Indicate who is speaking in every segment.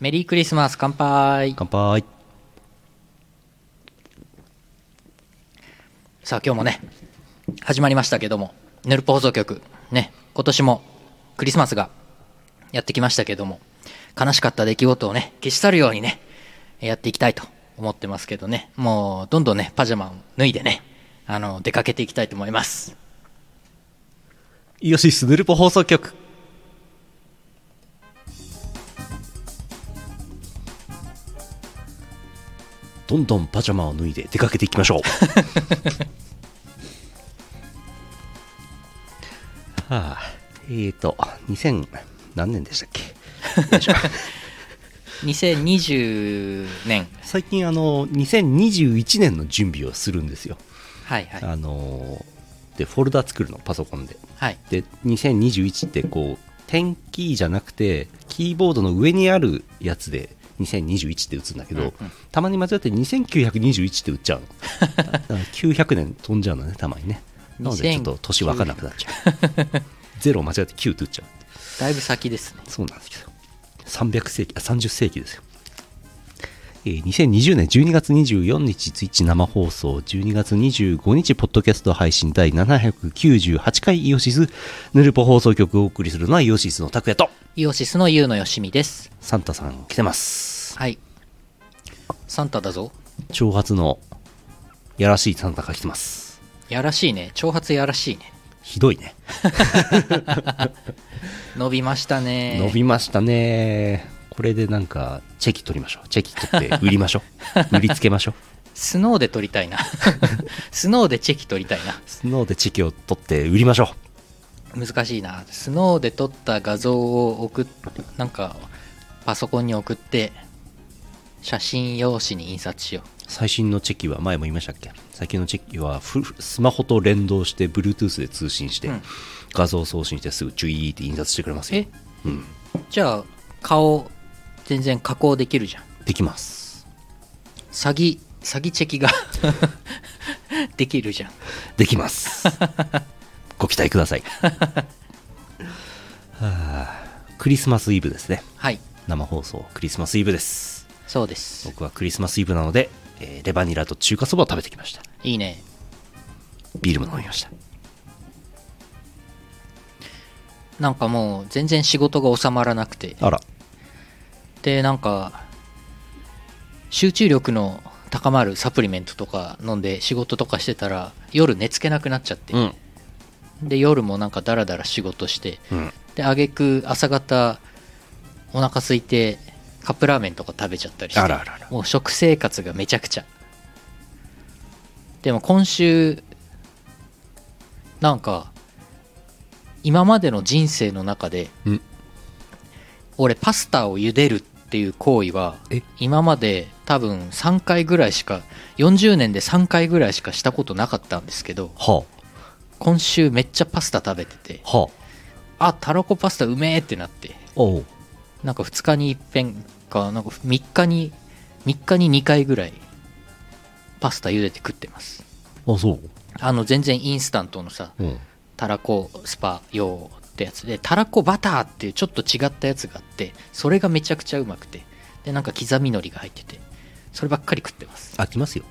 Speaker 1: メリークリスマス乾杯
Speaker 2: 乾杯
Speaker 1: さあ今日もね始まりましたけどもヌルポ放送局ね今年もクリスマスがやってきましたけども悲しかった出来事をね消し去るようにねやっていきたいと思ってますけどねもうどんどんねパジャマを脱いでねあの出かけていきたいと思います
Speaker 2: イオシスヌルポ放送局どんどんパジャマを脱いで出かけていきましょうはあえーと2000何年でしたっけよいしょ
Speaker 1: 2020年
Speaker 2: 最近あの2021年の準備をするんですよ
Speaker 1: はいはい
Speaker 2: あのーでフォルダ作るのパソコンで
Speaker 1: はい
Speaker 2: で2021ってこう点キーじゃなくてキーボードの上にあるやつで2021って打つんだけど、
Speaker 1: うんうん
Speaker 2: たまに間違って2921って打っちゃうのだから900年 飛んじゃうのねたまにねなのでちょっと年分かんなくなっちゃう ゼロを間違って9って打っちゃう
Speaker 1: だいぶ先ですね
Speaker 2: そうなんですけど300世紀あ30世紀ですよえー2020年12月24日ツイッチ生放送12月25日ポッドキャスト配信第798回イオシスヌルポ放送局をお送りするのはイオシスの拓也と
Speaker 1: イオシスのユウのよしみです
Speaker 2: サンタさん来てます
Speaker 1: はいサンタだぞ
Speaker 2: 挑発のやらしいサンタが来てます
Speaker 1: やらしいね挑発やらしいね
Speaker 2: ひどいね
Speaker 1: 伸びましたね
Speaker 2: 伸びましたねこれでなんかチェキ取りましょうチェキ取って売りましょう売りつけましょう
Speaker 1: スノーで撮りたいなスノーでチェキ撮りたいな
Speaker 2: スノーでチェキを取って売りましょ
Speaker 1: 難しいなスノーで撮った画像を送っなんかパソコンに送って写真用紙に印刷しよ
Speaker 2: う最新のチェキは前も言いましたっけ最近のチェキはフスマホと連動して Bluetooth で通信して、
Speaker 1: うん
Speaker 2: 画像送信してすぐチュイーって印刷してくれます
Speaker 1: う
Speaker 2: よ
Speaker 1: え
Speaker 2: うん
Speaker 1: じゃあ顔全然加工できるじゃん
Speaker 2: できます
Speaker 1: 詐欺詐欺チェキが できるじゃん
Speaker 2: できます ご期待くださいはあクリスマスイブですね
Speaker 1: はい
Speaker 2: 生放送クリスマスイブです
Speaker 1: そうです
Speaker 2: 僕はクリスマスイブなので、えーレバニラと中華そばを食べてきました
Speaker 1: いいね
Speaker 2: ビールも飲みました
Speaker 1: なんかもう全然仕事が収まらなくて
Speaker 2: あら
Speaker 1: でなんか集中力の高まるサプリメントとか飲んで仕事とかしてたら夜寝つけなくなっちゃって、
Speaker 2: うん
Speaker 1: で夜もなんかダラダラ仕事して
Speaker 2: うん
Speaker 1: で挙句朝方お腹空いてカップラーメンとか食べちゃったりして
Speaker 2: あらあらあら
Speaker 1: もう食生活がめちゃくちゃでも今週なんか今までの人生の中で
Speaker 2: うん
Speaker 1: 俺パスタを茹でるっていう行為は
Speaker 2: え
Speaker 1: 今まで多分3回ぐらいしか40年で3回ぐらいしかしたことなかったんですけど
Speaker 2: は
Speaker 1: 今週めっちゃパスタ食べてて
Speaker 2: あはあ
Speaker 1: あたらこパスタうめえってなって
Speaker 2: おう
Speaker 1: なんか2日に一遍かなんか3日に3日に2回ぐらいパスタ茹でて食ってます
Speaker 2: あそう
Speaker 1: あの全然インスタントのさ
Speaker 2: うん
Speaker 1: たらこスパ用ってやつでたらこバターっていうちょっと違ったやつがあってそれがめちゃくちゃうまくてでなんか刻み海苔が入っててそればっかり食ってます
Speaker 2: 飽きますよ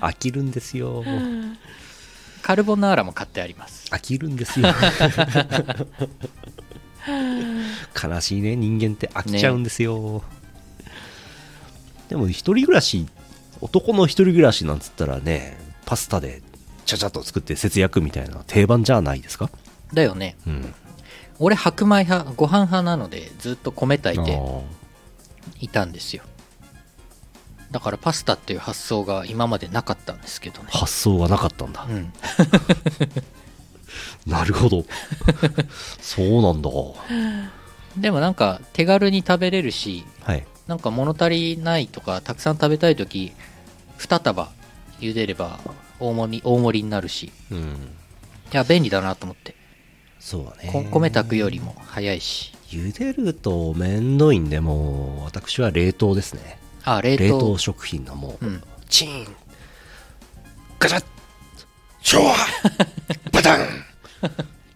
Speaker 2: 飽きるんですよ飽
Speaker 1: カルボナーラも買ってあります
Speaker 2: きるんですよ悲しいね人間って飽きちゃうんですよ、でも一人暮らし男の一人暮らしなんつったらねパスタでちゃちゃっと作って節約みたいな定番じゃないですか
Speaker 1: だよね
Speaker 2: うん
Speaker 1: 俺白米派ご飯派なのでずっと米炊いて
Speaker 2: あ
Speaker 1: いたんですよだからパスタっていう発想が今までなかったんですけどね
Speaker 2: ー、発想がなかったんだ
Speaker 1: う、ん、
Speaker 2: なるほどそうなんだ
Speaker 1: でもなんか手軽に食べれるし
Speaker 2: はい
Speaker 1: なんか物足りないとかたくさん食べたい時2束茹でれば大盛り大盛りになるしい
Speaker 2: うん
Speaker 1: や便利だなと思って
Speaker 2: そうだね
Speaker 1: こ米炊くよりも早いし
Speaker 2: 茹でるとめんどいんでもう私は冷凍ですね
Speaker 1: あ冷凍
Speaker 2: 冷凍食品のもう、
Speaker 1: うん
Speaker 2: チーンガチャッシュワ ーバタン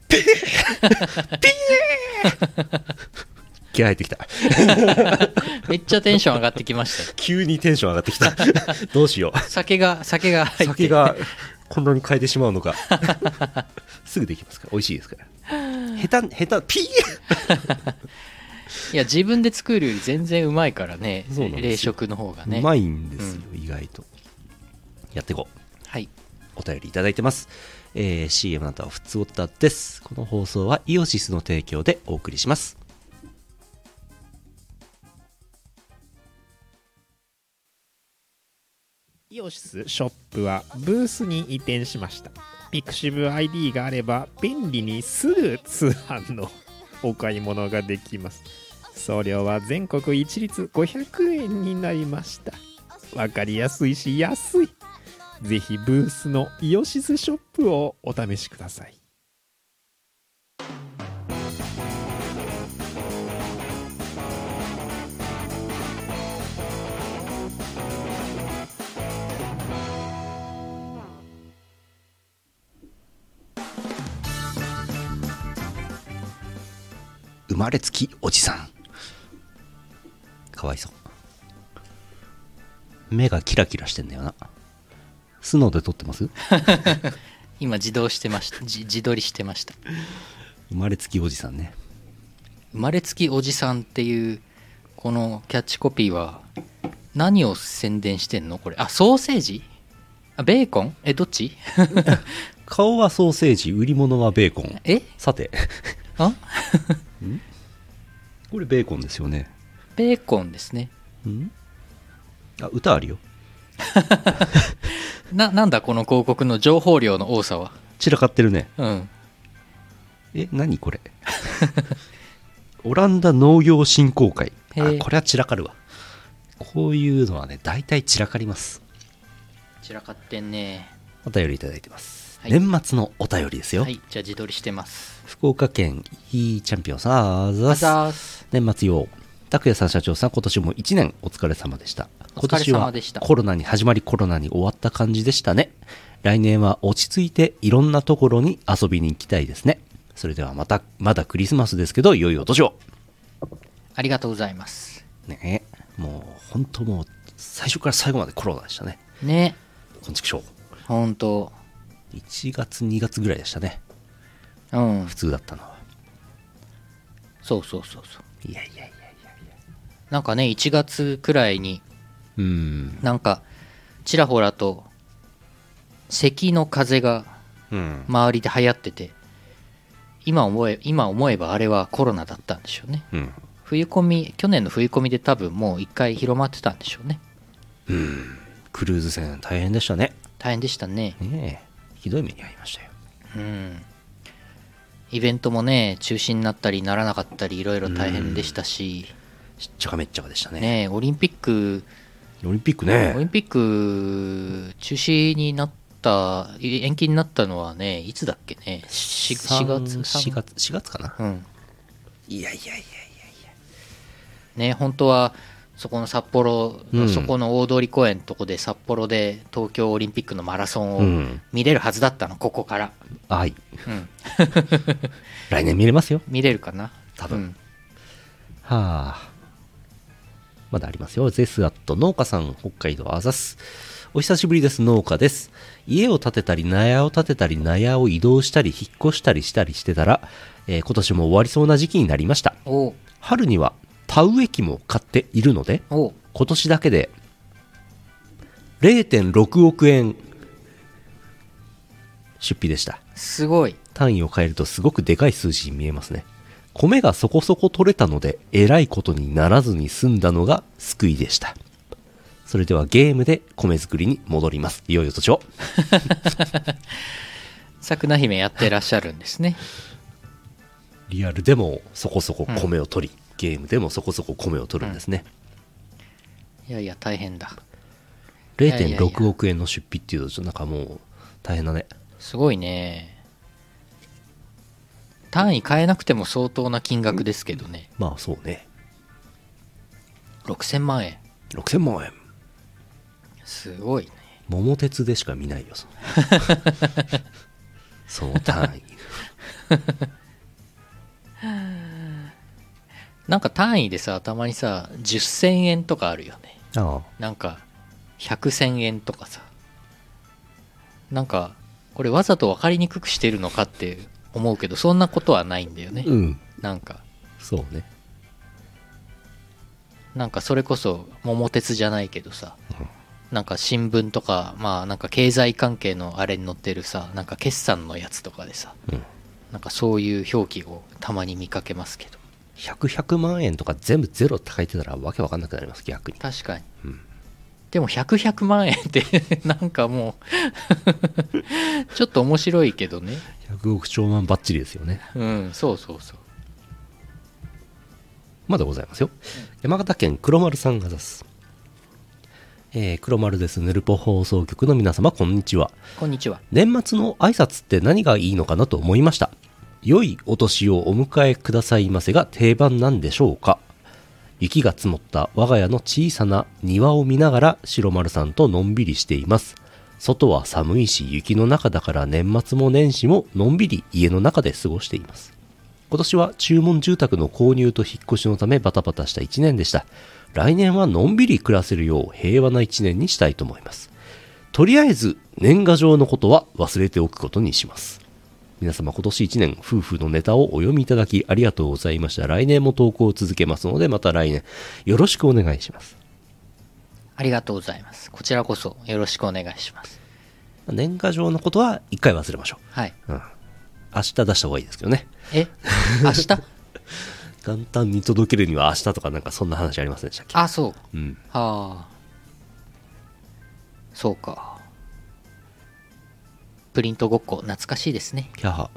Speaker 2: ピーピー気合入ってきた。
Speaker 1: めっちゃテンション上がってきましたよ
Speaker 2: 急にテンション上がってき た。どうしよ
Speaker 1: 酒が酒が
Speaker 2: う。
Speaker 1: 入って
Speaker 2: 酒がこんなに変えてしまうのか。 すぐできますから。美味しい ですから。下手、下手、ピー
Speaker 1: いや自分で作るより全然うまいからね
Speaker 2: そうなんですよ
Speaker 1: 冷食の方がね
Speaker 2: うまいんですよ、意外と。やっていこう。
Speaker 1: はい
Speaker 2: お便りいただいてます。えー CM などは普通おたです。この放送はイオシスの提供でお送りします。
Speaker 3: イオシスショップはブースに移転しました。ピクシブ ID があれば便利にすぐ通販のお買い物ができます。送料は全国一律500円になりました。わかりやすいし安い。ぜひブースのイオシスショップをお試しください。
Speaker 2: 生まれつきおじさん。かわいそう。目がキラキラしてんだよな。スノーで撮ってます
Speaker 1: 今自動してました自自撮りしてました
Speaker 2: 生まれつきおじさんね。
Speaker 1: 生まれつきおじさんっていうこのキャッチコピーは何を宣伝してんのこれあソーセージあベーコンえどっち
Speaker 2: 顔はソーセージ、売り物はベーコン。
Speaker 1: え
Speaker 2: さて、
Speaker 1: あ
Speaker 2: これベーコンですよね。
Speaker 1: ベーコンですね
Speaker 2: んあ、歌あるよ。
Speaker 1: ななんだこの広告の情報量の多さは
Speaker 2: 散らかってるね。
Speaker 1: うん
Speaker 2: え、何これ オランダ農業振興会。
Speaker 1: へ
Speaker 2: あ
Speaker 1: え、
Speaker 2: これは散らかるわ。こういうのはね、大体散らかります。
Speaker 1: 散らかってんね
Speaker 2: お便りいただいてます。
Speaker 1: はい
Speaker 2: 年末のお便りですよ。
Speaker 1: はいじゃあ自撮りしてます
Speaker 2: 福岡県いいチャンピオンさんあざ
Speaker 1: あ
Speaker 2: っす
Speaker 1: ざーす
Speaker 2: 年末よ拓也さん社長さん今年も1年お疲れ様でした
Speaker 1: お疲れ様でした
Speaker 2: 今年はコロナに始まりコロナに終わった感じでしたね来年は落ち着いていろんなところに遊びに行きたいですねそれではまたまだクリスマスですけど良いお年を
Speaker 1: ありがとうございます
Speaker 2: ねえもう本当もう最初から最後までコロナでしたね
Speaker 1: ね
Speaker 2: こんちくしょう
Speaker 1: 本当
Speaker 2: 1月2月ぐらいでしたね
Speaker 1: うん
Speaker 2: 普通だったのは
Speaker 1: そうそうそうそう
Speaker 2: いやいやいやいや
Speaker 1: なんかね1月くらいに
Speaker 2: うーん
Speaker 1: なんかちらほらと咳の風邪が
Speaker 2: うん
Speaker 1: 周りで流行ってて今思え今思えばあれはコロナだったんでしょうね
Speaker 2: うん
Speaker 1: 冬込み去年の冬込みで多分もう一回広まってたんでしょうね
Speaker 2: クルーズ船大変でしたね
Speaker 1: 大変でしたね
Speaker 2: ねえひどい目に遭いましたよ
Speaker 1: うんイベントもね中止になったりならなかったりいろいろ大変でしたし、
Speaker 2: しっちゃかめっちゃかでしたね
Speaker 1: ねえオリンピック
Speaker 2: オリンピック
Speaker 1: オリンピック中止になったい延期になったのはねいつだっけねし4月
Speaker 2: 4
Speaker 1: 4
Speaker 2: 月4月かな
Speaker 1: うん
Speaker 2: いやいやいやいや
Speaker 1: ね本当はそこの札幌、
Speaker 2: うん
Speaker 1: そこの大通公園のとこで札幌で東京オリンピックのマラソ
Speaker 2: う
Speaker 1: ンを
Speaker 2: ん
Speaker 1: 見れるはずだったのここから、
Speaker 2: はい
Speaker 1: うん、
Speaker 2: 来年見れますよ
Speaker 1: 見れるかな
Speaker 2: 多分
Speaker 1: うん
Speaker 2: はあまだありますよゼスアット農家さん北海道あざすお久しぶりです農家です家を建てたり納屋を建てたり納屋を移動したり引っ越したりしたりしてたら、えー今年も終わりそうな時期になりました
Speaker 1: おう
Speaker 2: 春には田植え機も買っているので
Speaker 1: おう
Speaker 2: 今年だけで0.6億円出費でした
Speaker 1: すごい
Speaker 2: 単位を変えるとすごくでかい数字に見えますね米がそこそこ取れたのでえらいことにならずに済んだのが救いでしたそれではゲームで米作りに戻りますいよいよ年を
Speaker 1: 桜姫やってらっしゃるんですね
Speaker 2: リアルでもそこそこ米を取り、ゲームでもそこそこ米を取るんですね、
Speaker 1: いやいや大変だいやいやいや
Speaker 2: 0.6億円の出費っていうとちょっとなんかもう大変だね
Speaker 1: すごいね単位変えなくても相当な金額ですけどね
Speaker 2: まあそうね
Speaker 1: 6000万円
Speaker 2: 6000万円
Speaker 1: すごいね
Speaker 2: 桃鉄でしか見ないよそのその単位
Speaker 1: なんか単位でさたまにさ10銭円とかあるよね
Speaker 2: あ
Speaker 1: なんか100銭円とかさなんかこれわざと分かりにくくしてるのかって思うけどそんなことはないんだよね、
Speaker 2: うん
Speaker 1: なんか
Speaker 2: そうね
Speaker 1: なんかそれこそ桃鉄じゃないけどさ、
Speaker 2: うん
Speaker 1: なんか新聞とかまあなんか経済関係のあれに載ってるさなんか決算のやつとかでさ
Speaker 2: うん
Speaker 1: なんかそういう表記をたまに見かけますけど
Speaker 2: 100100万円とか全部ゼロって書いてたらわけわかんなくなります逆に
Speaker 1: 確かに、
Speaker 2: うん
Speaker 1: でも100100万円って なんかもう ちょっと面白いけどね
Speaker 2: 100億兆万バッチリですよね
Speaker 1: うんそうそうそう
Speaker 2: まだございますよ。山形県黒丸さんが出す。えー、黒丸です。ヌルポ放送局の皆様、こんにちは。
Speaker 1: こんにちは
Speaker 2: 年末の挨拶って何がいいのかなと思いました。良いお年をお迎えくださいませが定番なんでしょうか雪が積もった我が家の小さな庭を見ながら白丸さんとのんびりしています。外は寒いし雪の中だから年末も年始ものんびり家の中で過ごしています。今年は注文住宅の購入と引っ越しのためバタバタした1年でした。来年はのんびり暮らせるよう平和な1年にしたいと思います。とりあえず年賀状のことは忘れておくことにします。皆様今年1年夫婦のネタをお読みいただきありがとうございました。来年も投稿を続けますのでまた来年よろしくお願いします。
Speaker 1: ありがとうございますこちらこそよろしくお願いします
Speaker 2: 年賀状のことは一回忘れましょ。
Speaker 1: はいう
Speaker 2: うん。明日出した方がいいですけどね。
Speaker 1: え明日
Speaker 2: 元旦に届けるには明日とかなんかそんな話ありませんでしたっけ
Speaker 1: あそう
Speaker 2: うん。
Speaker 1: はあそうかプリントごっこ懐かしいですね
Speaker 2: キャハ。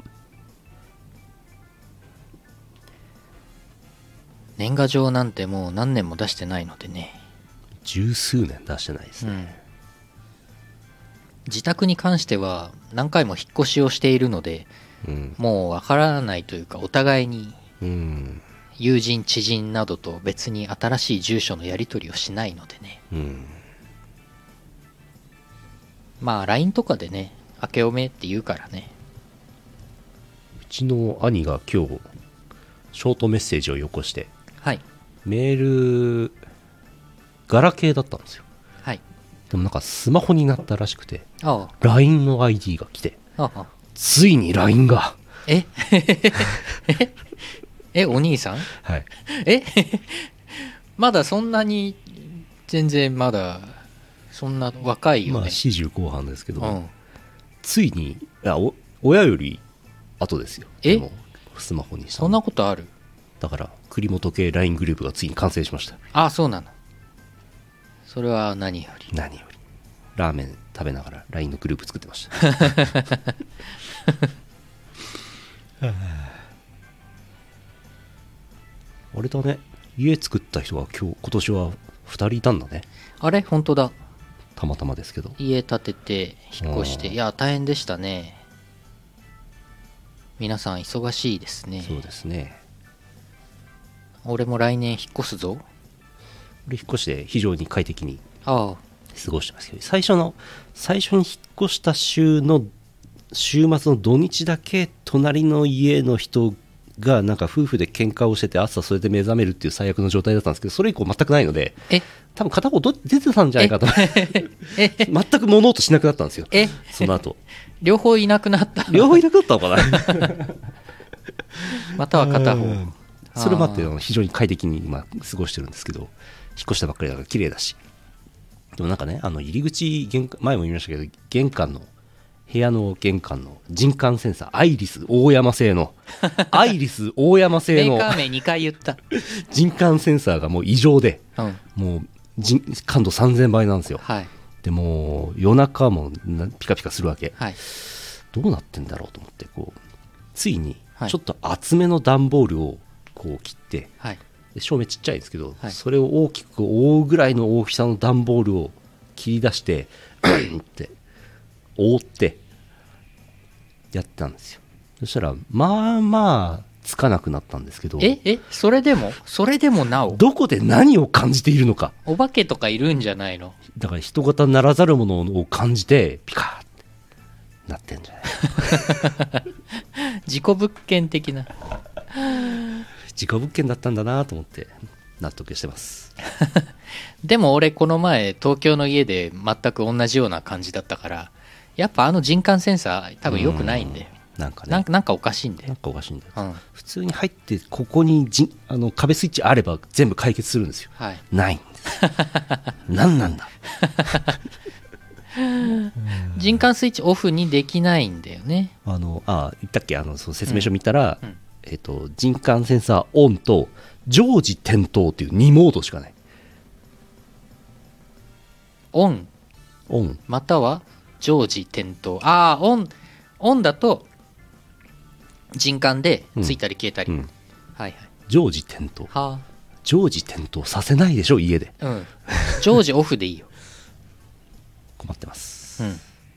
Speaker 1: 年賀状なんてもう何年も出してないのでね
Speaker 2: 十数年出してないです
Speaker 1: う
Speaker 2: ね、
Speaker 1: ん、自宅に関しては何回も引っ越しをしているので
Speaker 2: うん
Speaker 1: もうわからないというかお互いに
Speaker 2: うん
Speaker 1: 友人知人などと別に新しい住所のやり取りをしないのでね
Speaker 2: うん
Speaker 1: まあ LINE とかでね明けおめって言うからね
Speaker 2: うちの兄が今日ショートメッセージをよこして
Speaker 1: はい
Speaker 2: メールガラケーだったんですよ
Speaker 1: はい
Speaker 2: でもなんかスマホになったらしくて
Speaker 1: あ
Speaker 2: LINE の ID が来て
Speaker 1: あああ
Speaker 2: ついに LINE が
Speaker 1: え ええお兄さん
Speaker 2: はい
Speaker 1: え まだそんなに全然まだそんな若いよ
Speaker 2: まあ
Speaker 1: ね、
Speaker 2: 40後半ですけど、
Speaker 1: うん
Speaker 2: ついにあお親より後ですよ
Speaker 1: え
Speaker 2: でもスマホにした
Speaker 1: そ
Speaker 2: の
Speaker 1: んなことある
Speaker 2: だから栗本系 LINE グループがついに完成しました
Speaker 1: あそうなのそれは何より
Speaker 2: 何よりラーメン食べながら LINE のグループ作ってました あれだね家作った人が今日今年は2人いたんだね
Speaker 1: あれ本当だ
Speaker 2: たまたまですけど
Speaker 1: 家建てて引っ越して
Speaker 2: うん
Speaker 1: いや大変でしたね皆さん忙しいですね
Speaker 2: そうですね
Speaker 1: 俺も来年引っ越すぞ
Speaker 2: 俺引っ越して非常に快適に
Speaker 1: ああ
Speaker 2: 過ごしてますけど最初の最初に引っ越した週の週末の土日だけ隣の家の人がなんか夫婦で喧嘩をしてて朝それで目覚めるっていう最悪の状態だったんですけどそれ以降全くないので
Speaker 1: え
Speaker 2: 多分片方ど出てたんじゃないかと
Speaker 1: え
Speaker 2: 全く物音しなくなったんですよ
Speaker 1: え
Speaker 2: その後
Speaker 1: 両方いなくなった
Speaker 2: 両方いなくなったのかな
Speaker 1: または片方
Speaker 2: うんそれもあってあの非常に快適に今過ごしてるんですけど引っ越したばっかりだから綺麗だしでもなんかねあの入り口玄関前も言いましたけど玄関の部屋の玄関の人感センサーアイリス大山 製のアイリス大山製
Speaker 1: メ
Speaker 2: の
Speaker 1: ーカー名2回言った
Speaker 2: 人感センサーがもう異常で
Speaker 1: うん
Speaker 2: もう人感度3000倍なんですよ
Speaker 1: はい
Speaker 2: でもう夜中もなピカピカするわけ
Speaker 1: はい
Speaker 2: どうなってんだろうと思ってこうついに
Speaker 1: はい
Speaker 2: ちょっと厚めの段ボールをこう切って、
Speaker 1: はい
Speaker 2: で照明ちっちゃいんですけど、
Speaker 1: はい
Speaker 2: それを大きく覆うぐらいの大きさの段ボールを切り出して、 って覆ってやってたんですよ。そしたら、まあまあつかなくなったんですけど、
Speaker 1: ええそれでもそれでもなお
Speaker 2: どこで何を感じているのか。
Speaker 1: お化けとかいるんじゃないの
Speaker 2: だから人型ならざるものを感じて、ピカーってなっ てんじゃない
Speaker 1: 事故物件的な
Speaker 2: 事故物件だったんだなと思って納得してます
Speaker 1: でも俺この前東京の家で全く同じような感じだったからやっぱあの人感センサー多分良くないんで
Speaker 2: うなんかね
Speaker 1: なんかなんかおかしいん
Speaker 2: な
Speaker 1: で
Speaker 2: ん、かおかしいんだよ、
Speaker 1: うん
Speaker 2: 普通に入ってここにじあの壁スイッチあれば全部解決するんですよ
Speaker 1: はい、
Speaker 2: ないんです 何なんだ
Speaker 1: 人感スイッチオフにできないんだよね
Speaker 2: あのあ言ったっけあのその説明書見たら、
Speaker 1: うんうん
Speaker 2: えっと人感センサーオンと常時点灯っていう2モードしかない
Speaker 1: オン
Speaker 2: オン
Speaker 1: または常時点灯ああオンオンだと人感でついたり消えたり、
Speaker 2: うん
Speaker 1: はいはい
Speaker 2: 常時点灯
Speaker 1: は
Speaker 2: 常時点灯させないでしょ家で
Speaker 1: あうん常時オフでいいよ、
Speaker 2: 困ってます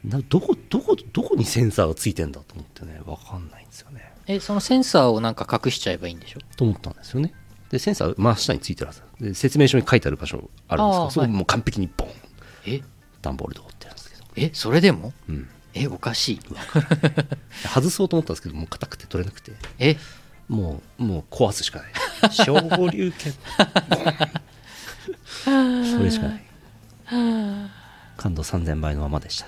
Speaker 1: うん、
Speaker 2: などこどこどこにセンサーがついてんだと思ってね分かんないんですよね
Speaker 1: えそのセンサーをなんか隠しちゃえばいいんでしょ
Speaker 2: と思ったんですよねでセンサー真下についてるはずで説明書に書いてある場所あるんですけ
Speaker 1: あ
Speaker 2: ど
Speaker 1: ー
Speaker 2: それ
Speaker 1: はい
Speaker 2: もう完璧にボン
Speaker 1: え
Speaker 2: 段ボールで覆ってるんですけど、
Speaker 1: えそれでも
Speaker 2: うん、
Speaker 1: えおかしい
Speaker 2: 外そうと思ったんですけどもう硬くて取れなくて
Speaker 1: え
Speaker 2: もうもう壊す しかない小流拳それしかない感度3000倍のままでした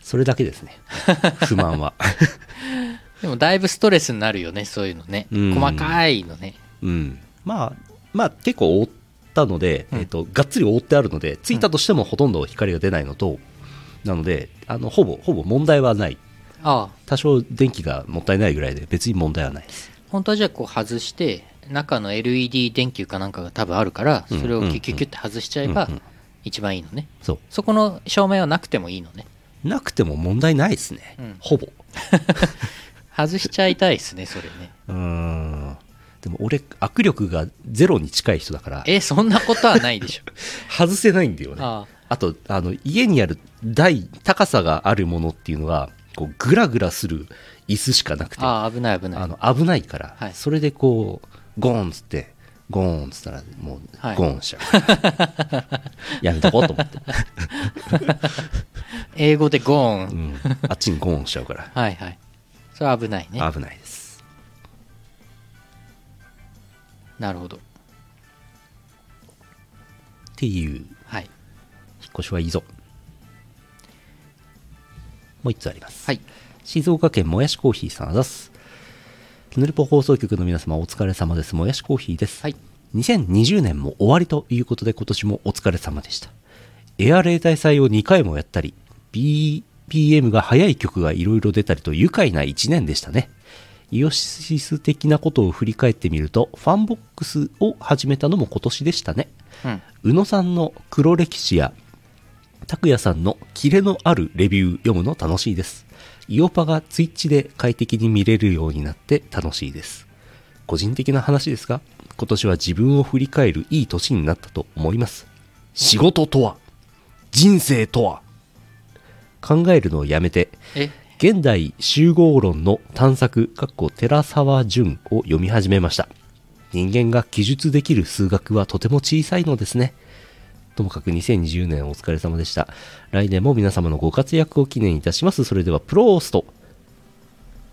Speaker 2: それだけで すね不満は
Speaker 1: でもだいぶストレスになるよねそういうのね
Speaker 2: うん
Speaker 1: 細かいのね
Speaker 2: うんまあまあ結構覆ったので、
Speaker 1: うん
Speaker 2: えっとがっつり覆ってあるのでついたとしてもほとんど光が出ないのと、なのであのほぼほぼ問題はない
Speaker 1: ああ
Speaker 2: 多少電気がもったいないぐらいで別に問題はないです
Speaker 1: 本当はじゃあこう外して中の LED 電球かなんかが多分あるから
Speaker 2: うん
Speaker 1: それをキュ
Speaker 2: うん
Speaker 1: ッキュッキュッて外しちゃえば
Speaker 2: うんうん
Speaker 1: 一番いいのね
Speaker 2: そう
Speaker 1: そこの照明はなくてもいいのね
Speaker 2: なくても問題ないですね、
Speaker 1: うん
Speaker 2: ほぼ
Speaker 1: 外しちゃいたいです ねそれね
Speaker 2: うーんでも俺握力がゼロに近い人だから
Speaker 1: えそんなことはないでしょ
Speaker 2: 外せないんだよねあ
Speaker 1: ああ
Speaker 2: とあの家にある台高さがあるものっていうのはこうグラグラする椅子しかなくてあ
Speaker 1: ああ危ない危ない
Speaker 2: の危ないから、
Speaker 1: はい
Speaker 2: それでこうゴーンっつってゴーンっつったらもう
Speaker 1: はい
Speaker 2: ゴーンしちゃう、 やめとこうと思って、
Speaker 1: 英語でゴーン、
Speaker 2: うん、あっちにゴーンしちゃうから
Speaker 1: はいはいそれは危ないね
Speaker 2: 危ないです
Speaker 1: なるほど
Speaker 2: っていう
Speaker 1: はい
Speaker 2: 引っ越しはいいぞもう1つあります
Speaker 1: はい
Speaker 2: 静岡県もやしコーヒーさんあざっすヌルポ放送局の皆様お疲れ様ですもやしコーヒーです、
Speaker 1: はい
Speaker 2: 2020年も終わりということで今年もお疲れ様でしたエア例大祭を2回もやったり BPM が速い曲がいろいろ出たりと愉快な1年でしたねイオシス的なことを振り返ってみるとファンボックスを始めたのも今年でしたね
Speaker 1: うん
Speaker 2: 宇野さんの黒歴史や拓也さんのキレのあるレビュー読むの楽しいですイオパがツイッチで快適に見れるようになって楽しいです個人的な話ですが今年は自分を振り返るいい年になったと思います仕事とは人生とは考えるのをやめて
Speaker 1: え
Speaker 2: 現代集合論の探索かっこ寺沢淳を読み始めました人間が記述できる数学はとても小さいのですねともかく2020年お疲れ様でした来年も皆様のご活躍を記念いたしますそれではプロースト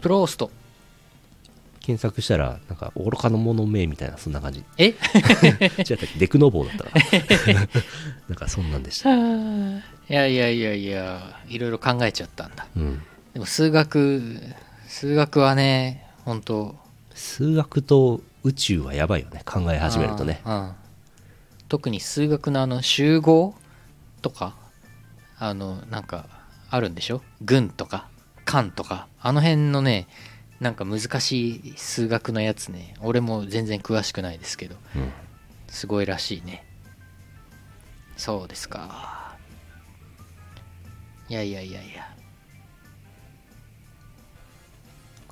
Speaker 1: プロースト
Speaker 2: 検索したらなんか愚かの者めみたいなそんな感じ
Speaker 1: え
Speaker 2: 違ったっけデクノボーだったらなん かそんなんでした
Speaker 1: いやいやいやいやいろいろ考えちゃったんだ
Speaker 2: うん
Speaker 1: でも数学数学はね本当
Speaker 2: 数学と宇宙はやばいよね考え始めるとね
Speaker 1: うんうん特に数学のあの集合とかあのなんかあるんでしょ群とか間とかあの辺のねなんか難しい数学のやつね俺も全然詳しくないですけど
Speaker 2: うん
Speaker 1: すごいらしいねそうですかいやいやいやいや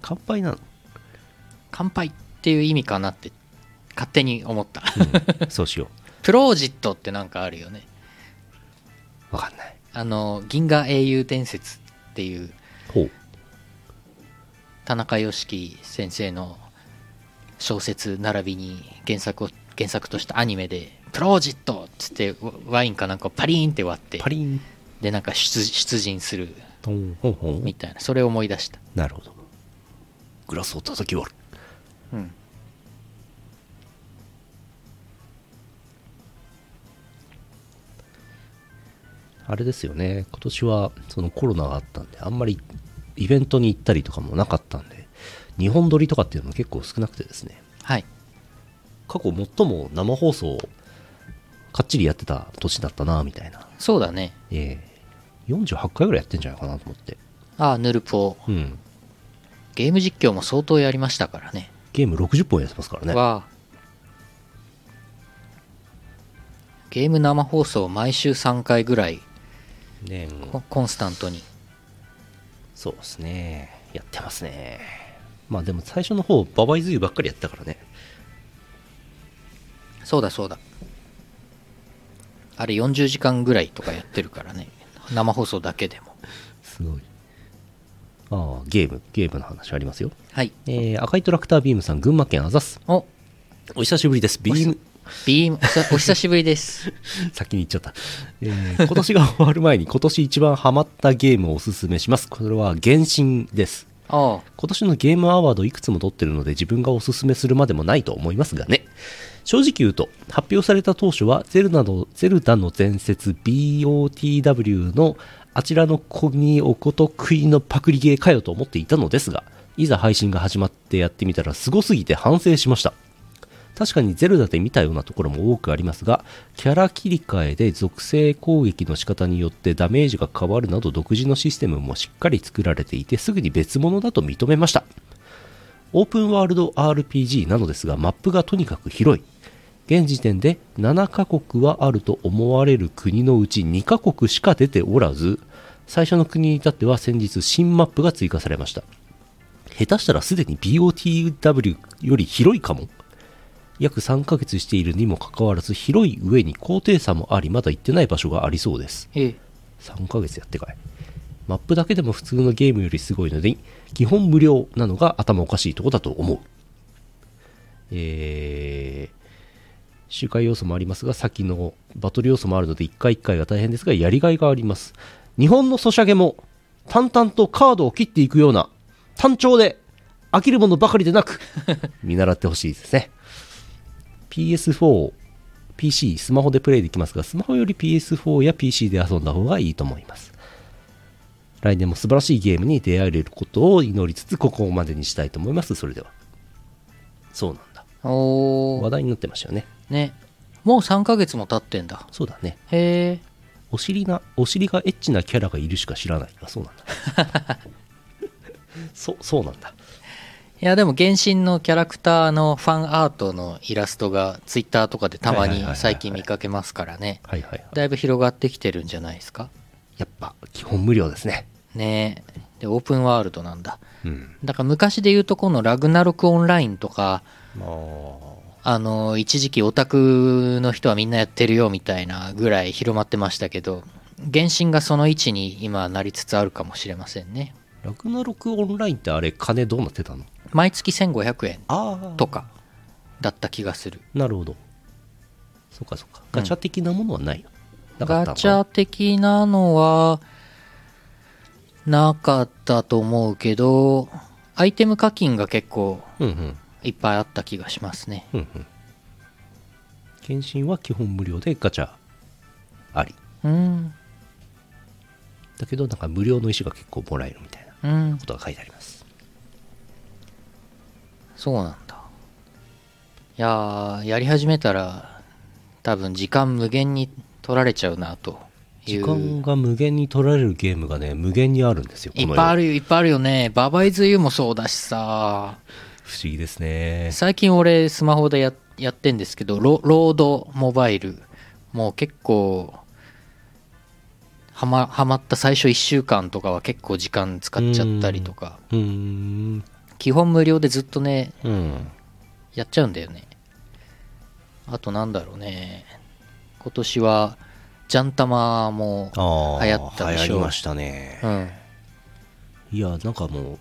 Speaker 2: 乾杯なの
Speaker 1: 乾杯っていう意味かなって勝手に思 った、
Speaker 2: うんそうしよ
Speaker 1: プロージットってなんかあるよね
Speaker 2: うわかんない
Speaker 1: あの銀河英雄伝説っていう
Speaker 2: ほう
Speaker 1: 田中良樹先生の小説並びに原作を原作としたアニメで「プロージット!」っつってワワインかなんかをパリーンって割って
Speaker 2: パリン
Speaker 1: でなんか出出陣する
Speaker 2: ほんほんほん
Speaker 1: みたいなそれを思い出した
Speaker 2: なるほどグラスを叩き割る
Speaker 1: うん
Speaker 2: あれですよね、今年はそのコロナがあったんで、あんまりイベントに行ったりとかもなかったんで、日本撮りとかっていうのも結構少なくてですね、
Speaker 1: はい
Speaker 2: 過去最も生放送をかっちりやってた年だったな、みたいな。
Speaker 1: そうだね
Speaker 2: ええ48回ぐらいやってんじゃないかなと思って。
Speaker 1: ああヌルポ
Speaker 2: うん。
Speaker 1: ゲーム実況も相当やりましたからね
Speaker 2: ゲーム60本やってますからね。
Speaker 1: はゲーム生放送を毎週3回ぐらい
Speaker 2: 年
Speaker 1: ココンスタントに
Speaker 2: そうですね。やってますね。まあでも最初の方、ババイズユーばっかりやってたからね。
Speaker 1: そうだそうだあれ40時間ぐらいとかやってるからね生放送だけでも
Speaker 2: すごい。ああ、ゲーム、ゲームの話ありますよ。
Speaker 1: はい
Speaker 2: えー赤いトラクタービームさん、群馬県あざす。
Speaker 1: お
Speaker 2: お久しぶりです。ビーム、
Speaker 1: ビームおさ お久しぶりです
Speaker 2: 先に言っちゃった。えー今年が終わる前に今年一番ハマったゲームをおすすめします。これは原神です。
Speaker 1: おう
Speaker 2: 今年のゲームアワードいくつも取ってるので自分がおすすめするまでもないと思いますがね。正直言うと、発表された当初はゼルダの、ゼルダの前説 BOTW のあちらの小におことくいのパクリゲーかよと思っていたのですが、いざ配信が始まってやってみたらすごすぎて反省しました。確かにゼルダで見たようなところも多くありますが、キャラ切り替えで属性攻撃の仕方によってダメージが変わるなど独自のシステムもしっかり作られていてすぐに別物だと認めました。オープンワールド RPG なのですがマップがとにかく広い。現時点で7カ国はあると思われる国のうち2カ国しか出ておらず、最初の国に至っては先日新マップが追加されました。下手したらすでに BOTW より広いかも約3ヶ月しているにもかかわらず広い上に高低差もありまだ行ってない場所がありそうです
Speaker 1: ええ
Speaker 2: 3ヶ月やってかいマップだけでも普通のゲームよりすごいので基本無料なのが頭おかしいとこだと思うえー周回要素もありますが先のバトル要素もあるので一回一回が大変ですがやりがいがあります日本のソシャゲも淡々とカードを切っていくような単調で飽きるものばかりでなく見習ってほしいですね PS4、PC、スマホでプレイできますが、スマホより PS4 や PC で遊んだ方がいいと思います。来年も素晴らしいゲームに出会えることを祈りつつ、ここまでにしたいと思います。それでは。そうなんだ。
Speaker 1: お
Speaker 2: 話
Speaker 1: お
Speaker 2: 題になってましたよね。
Speaker 1: ねもう3ヶ月も経ってんだ
Speaker 2: そうだね。
Speaker 1: へえ
Speaker 2: お尻な、お尻がエッチなキャラがいるしか知らない。あ、そうなんだ。 そ、そうなんだ。
Speaker 1: いやでも原神のキャラクターのファンアートのイラストがツイッターとかでたま
Speaker 2: はいはいはい
Speaker 1: に
Speaker 2: はい
Speaker 1: 最近見かけますからね
Speaker 2: はいはいはい。
Speaker 1: だいぶ広がってきてるんじゃないですか
Speaker 2: やっぱ、基本無料ですね。
Speaker 1: ねえでオープンワールドなんだ
Speaker 2: うん。
Speaker 1: だから昔で言うとこのラグナロクオンラインとか
Speaker 2: まあ、
Speaker 1: あの一時期オタクの人はみんなやってるよみたいなぐらい広まってましたけど原神がその位置に今なりつつあるかもしれませんね
Speaker 2: ラグナロクオンラインってあれ、金どうなってたの
Speaker 1: 毎月1500円
Speaker 2: ああ
Speaker 1: とかだった気がする
Speaker 2: なるほど。そうかそうか。ガチャ的なものはないの、なか
Speaker 1: ガ
Speaker 2: ったのか
Speaker 1: チャ的なのはなかったと思うけどアイテム課金が結構
Speaker 2: うんうん。
Speaker 1: いっぱいあった気がしますね
Speaker 2: うんうん。検診は基本無料でガチャあり。
Speaker 1: うん
Speaker 2: だけど、なんか無料の石が結構もらえるみたいなこ
Speaker 1: うん
Speaker 2: とが書いてあります。
Speaker 1: そうなんだいやーやり始めたら多分時間無限に取られちゃうなとい
Speaker 2: 時
Speaker 1: う
Speaker 2: 間が無限に取られるゲームがね、無限にあるんですよ。
Speaker 1: いっぱいあ
Speaker 2: る。
Speaker 1: るよいっぱいあるよねババイズユーもそうだしさ
Speaker 2: 不思議ですね。
Speaker 1: 最近俺スマホでややってんですけどロロードモバイルもう結構はまはまった最初1週間とかは結構時間使っちゃったりとか
Speaker 2: うーん。
Speaker 1: 基本無料でずっとね
Speaker 2: うん。
Speaker 1: やっちゃうんだよねあとなんだろうね今年はジャンタマも
Speaker 2: ああ、
Speaker 1: 流行ったでしょ
Speaker 2: 流行りましたね
Speaker 1: う。ん
Speaker 2: いや、なんかもう、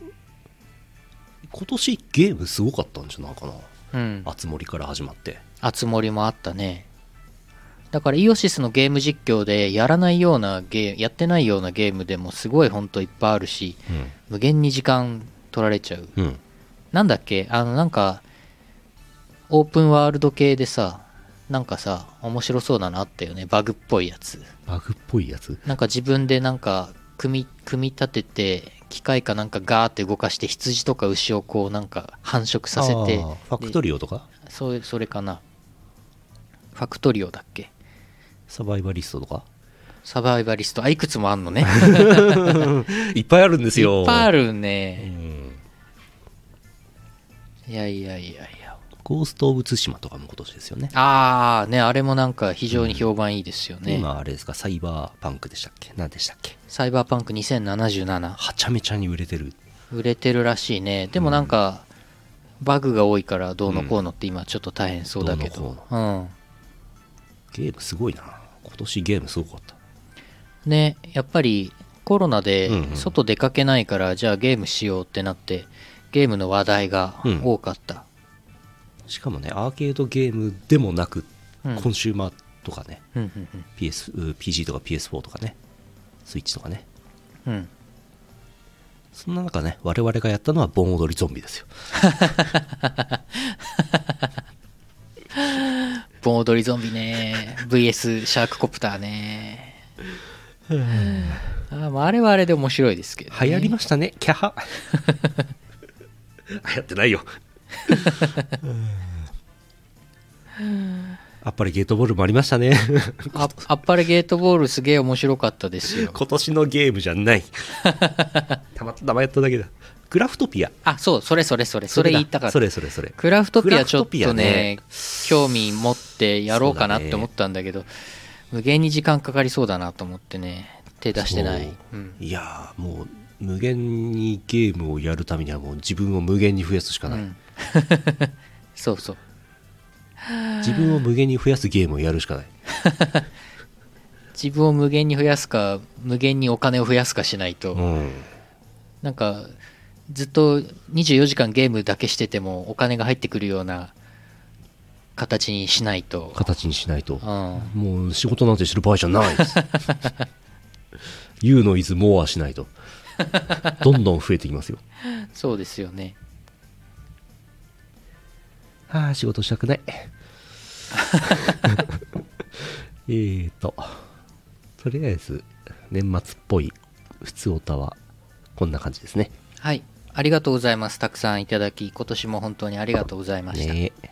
Speaker 2: 今年ゲームすごかったんじゃないかな。
Speaker 1: うん
Speaker 2: あつ森から始まって。
Speaker 1: あつ森もあったねだからイオシスのゲーム実況でやらないようなゲーやってないようなゲームでもすごいほんといっぱいあるし無限に時間取られちゃう
Speaker 2: うん。
Speaker 1: なんだっけあのなんかオープンワールド系でさなんかさ面白そうなのあったよねバグっぽいやつ
Speaker 2: バグっぽいやつ
Speaker 1: なんか自分でなんか組み組み立てて機械かなんかガーって動かして羊とか牛をこうなんか繁殖させ
Speaker 2: あ
Speaker 1: て
Speaker 2: ーファクトリオとか
Speaker 1: でそうそれかなファクトリオだっけ
Speaker 2: サバイバリストとか
Speaker 1: サバイバリストあいくつもあんのね
Speaker 2: いっぱいあるんです よ
Speaker 1: いっぱいあ
Speaker 2: る、
Speaker 1: る
Speaker 2: う
Speaker 1: ね
Speaker 2: ん、
Speaker 1: いやいやいやいや
Speaker 2: ゴースト・オブ・ツシマとかも今年ですよね
Speaker 1: ああねあれもなんか非常に評判いいですよね、
Speaker 2: 今あれですかサイバーパンクでしたっけ何でしたっけ
Speaker 1: サイバーパンク2077
Speaker 2: はちゃめちゃに売れてる
Speaker 1: 売れてるらしいねでもなんか、バグが多いからどうのこうのって今ちょっと大変そうだけ
Speaker 2: どう
Speaker 1: ど
Speaker 2: の、
Speaker 1: うん、
Speaker 2: ゲームすごいな今年ゲームすごかった
Speaker 1: ねやっぱりコロナで
Speaker 2: うんうん
Speaker 1: 外出かけないから、じゃあゲームしようってなってゲームの話題が多かった、
Speaker 2: しかもねアーケードゲームでもなく、
Speaker 1: うん
Speaker 2: コンシューマーとかね
Speaker 1: うんうん
Speaker 2: PS うー PG とか PS4 とかねスイッチとかね
Speaker 1: うんうん
Speaker 2: そんな中ね我々がやったのは盆踊りゾンビですよ
Speaker 1: 盆踊りゾンビ ね VS シャークコプターねあーまああれはあれで面白いですけど、ね、
Speaker 2: 流行りましたねキャハ流行って ないよあっぱれゲートボールもあり ましたね
Speaker 1: ああっぱれゲートボールすげえ面白かったですよ
Speaker 2: 今年のゲームじゃないたまたまやっただけだクラフトピア
Speaker 1: あそうそれそれそれそれ
Speaker 2: だ
Speaker 1: 言いたかった
Speaker 2: それそれそれ
Speaker 1: クラフトピアちょっと
Speaker 2: クラフトピア
Speaker 1: ね
Speaker 2: ね
Speaker 1: 興味持ってやろうかなって思ったんだけど無限に時間かかりそうだなと思ってね手出してない
Speaker 2: そう
Speaker 1: う、ん
Speaker 2: いやーもう無限にゲームをやるためにはもう自分を無限に増やすしか
Speaker 1: う
Speaker 2: ない、
Speaker 1: ん、そうそう
Speaker 2: 自分を無限に増やすゲームをやるしかない
Speaker 1: 自分を無限に増やすか無限にお金を増やすかしないと、
Speaker 2: うん
Speaker 1: なんかずっと24時間ゲームだけしててもお金が入ってくるような形にしないと、
Speaker 2: 形にしないと
Speaker 1: うん、
Speaker 2: もう仕事なんてしてる場合じゃないです You no is more はしないとどんどん増えていきますよ
Speaker 1: そうですよね
Speaker 2: ああ仕事したくない えーととりあえず年末っぽい普通オタはこんな感じですね
Speaker 1: はいありがとうございますたくさんいただき今年も本当にありがとうございました、
Speaker 2: ねえ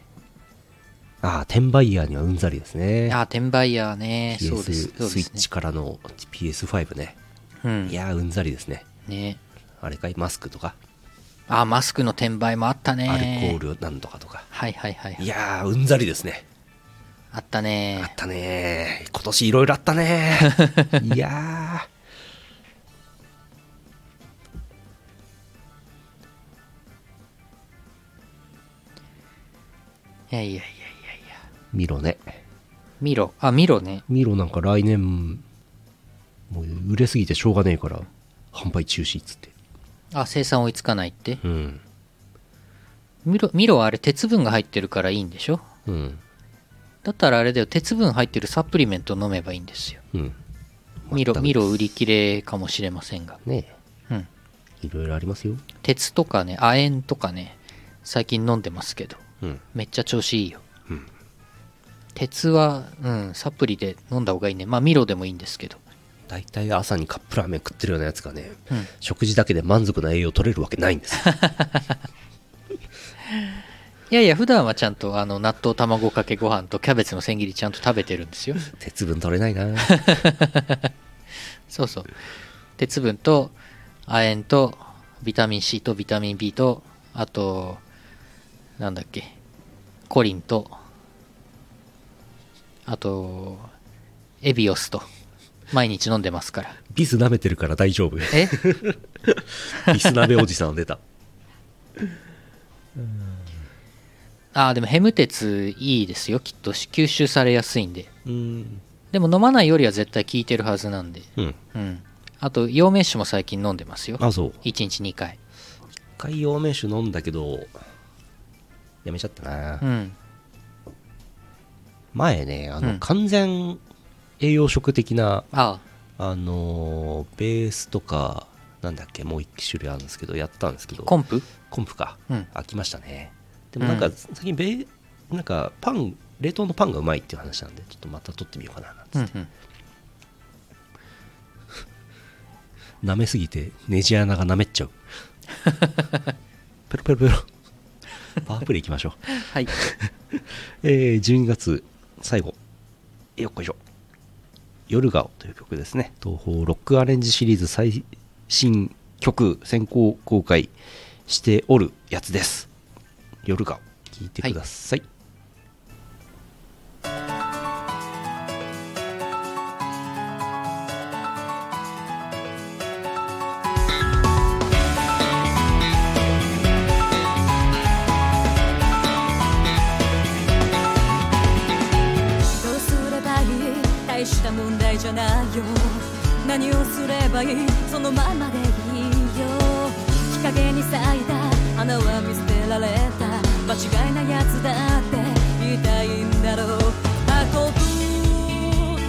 Speaker 2: ああ転売ヤーにはうんざりですね
Speaker 1: あー転売ヤーね、そうです
Speaker 2: PS
Speaker 1: そう
Speaker 2: ス
Speaker 1: で
Speaker 2: イ
Speaker 1: す
Speaker 2: ッ
Speaker 1: ね
Speaker 2: チ。からの PS5 ね
Speaker 1: うん
Speaker 2: い、やーうんざりですね
Speaker 1: ね
Speaker 2: あれかいマスクとか
Speaker 1: あーマスクの転売もあったね。
Speaker 2: アルコールなんとかとか
Speaker 1: はいはいはい。
Speaker 2: いやー、うんざりですね。
Speaker 1: あった
Speaker 2: あっ
Speaker 1: ね。
Speaker 2: たねー。今年いろいろあったね ー。いや
Speaker 1: いやいやいやいやい
Speaker 2: ー、ミロね。
Speaker 1: や。ミロ、あ、ミロね。
Speaker 2: ミロなんか来年、もう売れすぎてしょうがねえから、販売中止っつって。
Speaker 1: あ、生産追いつかないって。
Speaker 2: うん。
Speaker 1: ミロ、ミロはあれ鉄分が入ってるからいいんでしょ
Speaker 2: うん。
Speaker 1: だったらあれだよ、鉄分入ってるサプリメント飲めばいいんですよ。
Speaker 2: うん。
Speaker 1: ミロ、
Speaker 2: 全くです
Speaker 1: ミロ売り切れかもしれませんが。
Speaker 2: ねえ
Speaker 1: うん。
Speaker 2: いろいろありますよ。
Speaker 1: 鉄とかね、亜鉛とかね、最近飲んでますけど。
Speaker 2: うん。
Speaker 1: めっちゃ調子いいよ、鉄は、うん、サプリで飲んだ方がいいねまあミロでもいいんですけど
Speaker 2: 大体朝にカップラーメン食ってるようなやつがね、
Speaker 1: うん
Speaker 2: 食事だけで満足な栄養取れるわけないんです よ。
Speaker 1: いやいや普段はちゃんとあの納豆卵かけご飯とキャベツの千切りちゃんと食べてるんですよ
Speaker 2: 鉄分取れないな。
Speaker 1: そうそう鉄分と亜鉛とビタミン C とビタミン B とあとなんだっけコリンとあとエビオスと毎日飲んでますから
Speaker 2: ビス舐めてるから大丈夫。
Speaker 1: え
Speaker 2: ビス鍋おじさん出た。
Speaker 1: ああ、でもヘム鉄いいですよ、きっと。吸収されやすいんで。
Speaker 2: うん。
Speaker 1: でも飲まないよりは絶対効いてるはずなんで。
Speaker 2: うん。
Speaker 1: うん。あと、陽明酒も最近飲んでますよ。
Speaker 2: あ、そう。
Speaker 1: 1日2回。
Speaker 2: 一回陽明酒飲んだけどやめちゃったな、
Speaker 1: うん。
Speaker 2: 前ねあの、
Speaker 1: うん
Speaker 2: 完全栄養食的な
Speaker 1: あ
Speaker 2: あのーベースとかなんだっけもう一種類あるんですけどやったんですけど
Speaker 1: あ、コンプ
Speaker 2: コンプか、
Speaker 1: うん
Speaker 2: 飽きましたねでもなん
Speaker 1: う
Speaker 2: か
Speaker 1: ん
Speaker 2: 最近ベーなんかパン冷凍のパンがうまいっていう話なんでちょっとまた取ってみようかななんつ
Speaker 1: う
Speaker 2: っ
Speaker 1: ん
Speaker 2: て、
Speaker 1: うん
Speaker 2: 舐めすぎてネジ穴が舐めっちゃ うペロペロペロパワープレイいきましょう
Speaker 1: はい
Speaker 2: えー12月最後よっこいしょ「夜顔」という曲ですね東宝ロックアレンジシリーズ最新曲先行公開しておるやつです夜顔聴いてください、
Speaker 4: どうすればいい大した問題じゃないよ何をすればいいそのままでいいよ日陰に咲いた花は見捨てられた間違いなやつだって言いたいんだろう運ぶ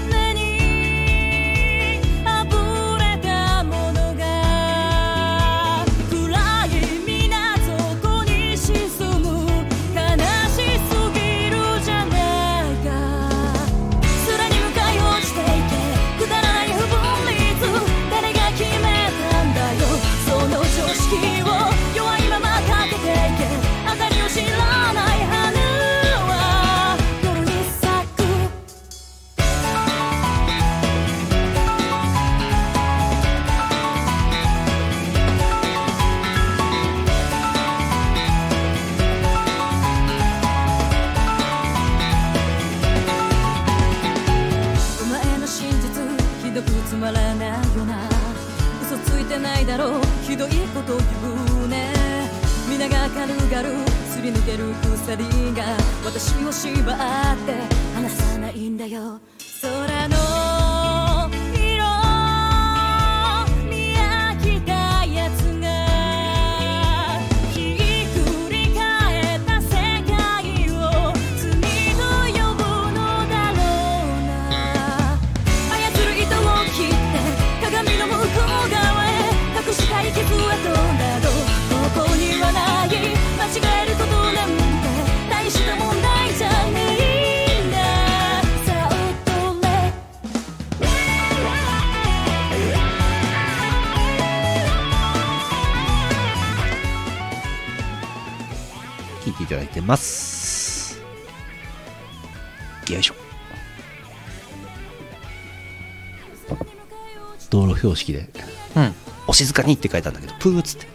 Speaker 4: 目に溢れたものが暗い港に沈む悲しすぎるじゃないか空に向かい落ちていてくだらない不分率誰が決めたんだよその常識を弱いままかけていけ当たりを知らない花は夜に咲くお前の真実ひどくつまらないよな嘘ついてないだろうひどいこと言うね皆が軽々すり抜ける鎖が私を縛って離さないんだよ空の色見飽きたやつがひっくり返った世界を罪と呼ぶのだろうな操る糸を切って鏡の向こう側へ隠したい傷跡などここにはない間違えることなんて大した問題じゃないんださあ踊れ
Speaker 2: 聴いていただいてますよいしょ道路標識で
Speaker 1: うん
Speaker 2: 「お静かに」って書いたんだけどプーっつって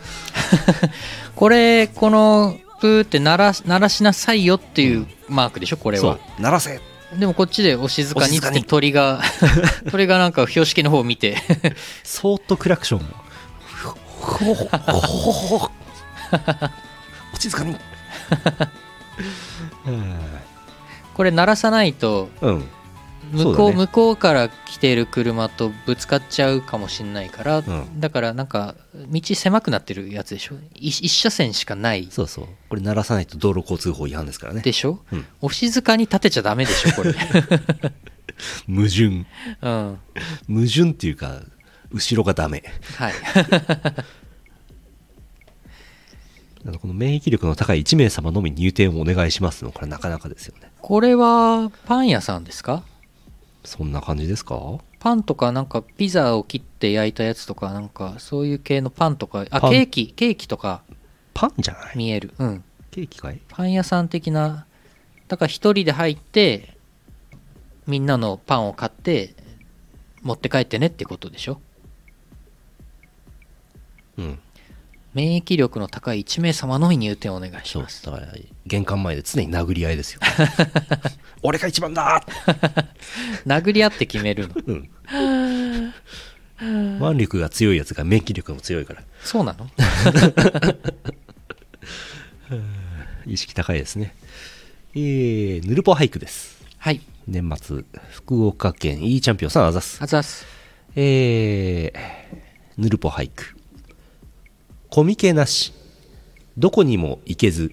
Speaker 1: これこのプーって鳴らし鳴らしなさいよっていうマークでしょこれ
Speaker 2: そ
Speaker 1: は
Speaker 2: う鳴らせ
Speaker 1: でもこっちでお静かにっつっ
Speaker 2: お静か
Speaker 1: て
Speaker 2: に
Speaker 1: 鳥が 鳥がなんか標識の方を見て
Speaker 2: そーっとクラクションをふほほほほほほお静 かに
Speaker 1: これ鳴らさないと
Speaker 2: うん
Speaker 1: 向
Speaker 2: そ
Speaker 1: こ
Speaker 2: う
Speaker 1: う
Speaker 2: だね
Speaker 1: 向こうから来てる車とぶつかっちゃうかもしれないから、
Speaker 2: ん
Speaker 1: だからなんか道狭くなってるやつでしょい一車線しかない
Speaker 2: そうそうこれ鳴らさないと道路交通法違反ですからね
Speaker 1: でしょ、
Speaker 2: うん
Speaker 1: お静かに立てちゃダメでしょ これ、
Speaker 2: 矛盾
Speaker 1: うん
Speaker 2: 矛盾っていうか後ろがダメ
Speaker 1: はい、
Speaker 2: あのこの免疫力の高い1名様のみ入店をお願いしますのこれなかなかですよね
Speaker 1: これはパン屋さんですか
Speaker 2: そんな感じですか
Speaker 1: パンとかなんかピザを切って焼いたやつとかなんかそういう系のパンとかあ
Speaker 2: パン
Speaker 1: ケーキケーキとか
Speaker 2: パンじゃない
Speaker 1: 見えるうん
Speaker 2: ケーキかい
Speaker 1: パン屋さん的なだから一人で入ってみんなのパンを買って持って帰ってねってことでしょ
Speaker 2: うん
Speaker 1: 免疫力の高い1名様のみ入店お願いし
Speaker 2: そう
Speaker 1: ます
Speaker 2: だから玄関前で常に殴り合い ですよ俺が一番だ
Speaker 1: 殴り合って決め るの
Speaker 2: うん腕力が強いやつが免疫力も強いから
Speaker 1: そうなの
Speaker 2: 意識高いですねえー、ヌルポ俳句です
Speaker 1: はい
Speaker 2: 年末福岡県いいチャンピオンさんあざっす
Speaker 1: あざっす
Speaker 2: えー、ヌルポ俳句コミケなしどこにも行けず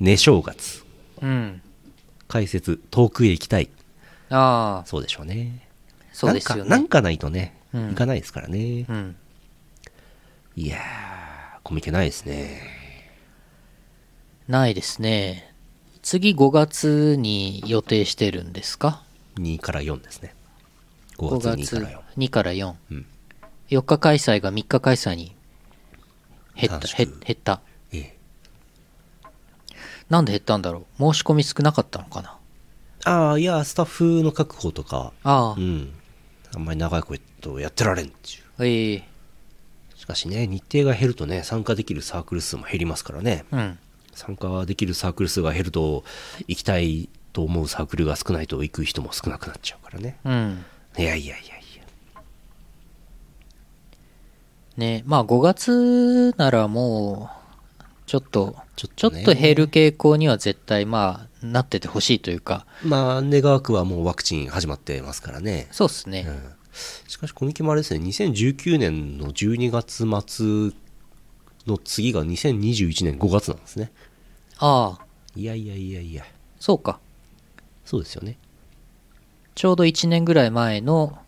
Speaker 2: 寝正月
Speaker 1: うん
Speaker 2: 解説遠くへ行きたい
Speaker 1: ああ
Speaker 2: そうでしょうね
Speaker 1: そうですよ
Speaker 2: なんかなん
Speaker 1: ね
Speaker 2: かないとね、
Speaker 1: うん
Speaker 2: 行かないですからね、
Speaker 1: うん
Speaker 2: いやーコミケないですね
Speaker 1: ないですね次5月に予定してるんですか
Speaker 2: 2から4ですね5
Speaker 1: 5
Speaker 2: 月
Speaker 1: 月
Speaker 2: 2から4
Speaker 1: 2から4、
Speaker 2: うん
Speaker 1: 4日開催が3日開催に減った
Speaker 2: 短
Speaker 1: 減
Speaker 2: 縮
Speaker 1: 減った
Speaker 2: ええ
Speaker 1: なんで減ったんだろう申し込み少なかったのかな
Speaker 2: ああいやスタッフの確保とか
Speaker 1: ああ、
Speaker 2: うんあんまり長いことやってられんっていう
Speaker 1: ええ
Speaker 2: しかしね日程が減るとね参加できるサークル数も減りますからね
Speaker 1: うん
Speaker 2: 参加できるサークル数が減ると行きたいと思うサークルが少ないと行く人も少なくなっちゃうからね
Speaker 1: うん
Speaker 2: いやいやいやいや
Speaker 1: ねまあ5月ならもうちょっと
Speaker 2: ちょっ
Speaker 1: ちょ
Speaker 2: と
Speaker 1: っ
Speaker 2: ね
Speaker 1: と減る傾向には絶対まあなっててほしいというか
Speaker 2: まあ願わくはもうワクチン始まってますからね
Speaker 1: そうっすね、
Speaker 2: うんしかしコミケもあれですね2019年の12月末の次が2021年5月なんですね
Speaker 1: ああ
Speaker 2: いやいやいやいや
Speaker 1: そうか
Speaker 2: そうですよね
Speaker 1: ちょうど1年ぐらい前の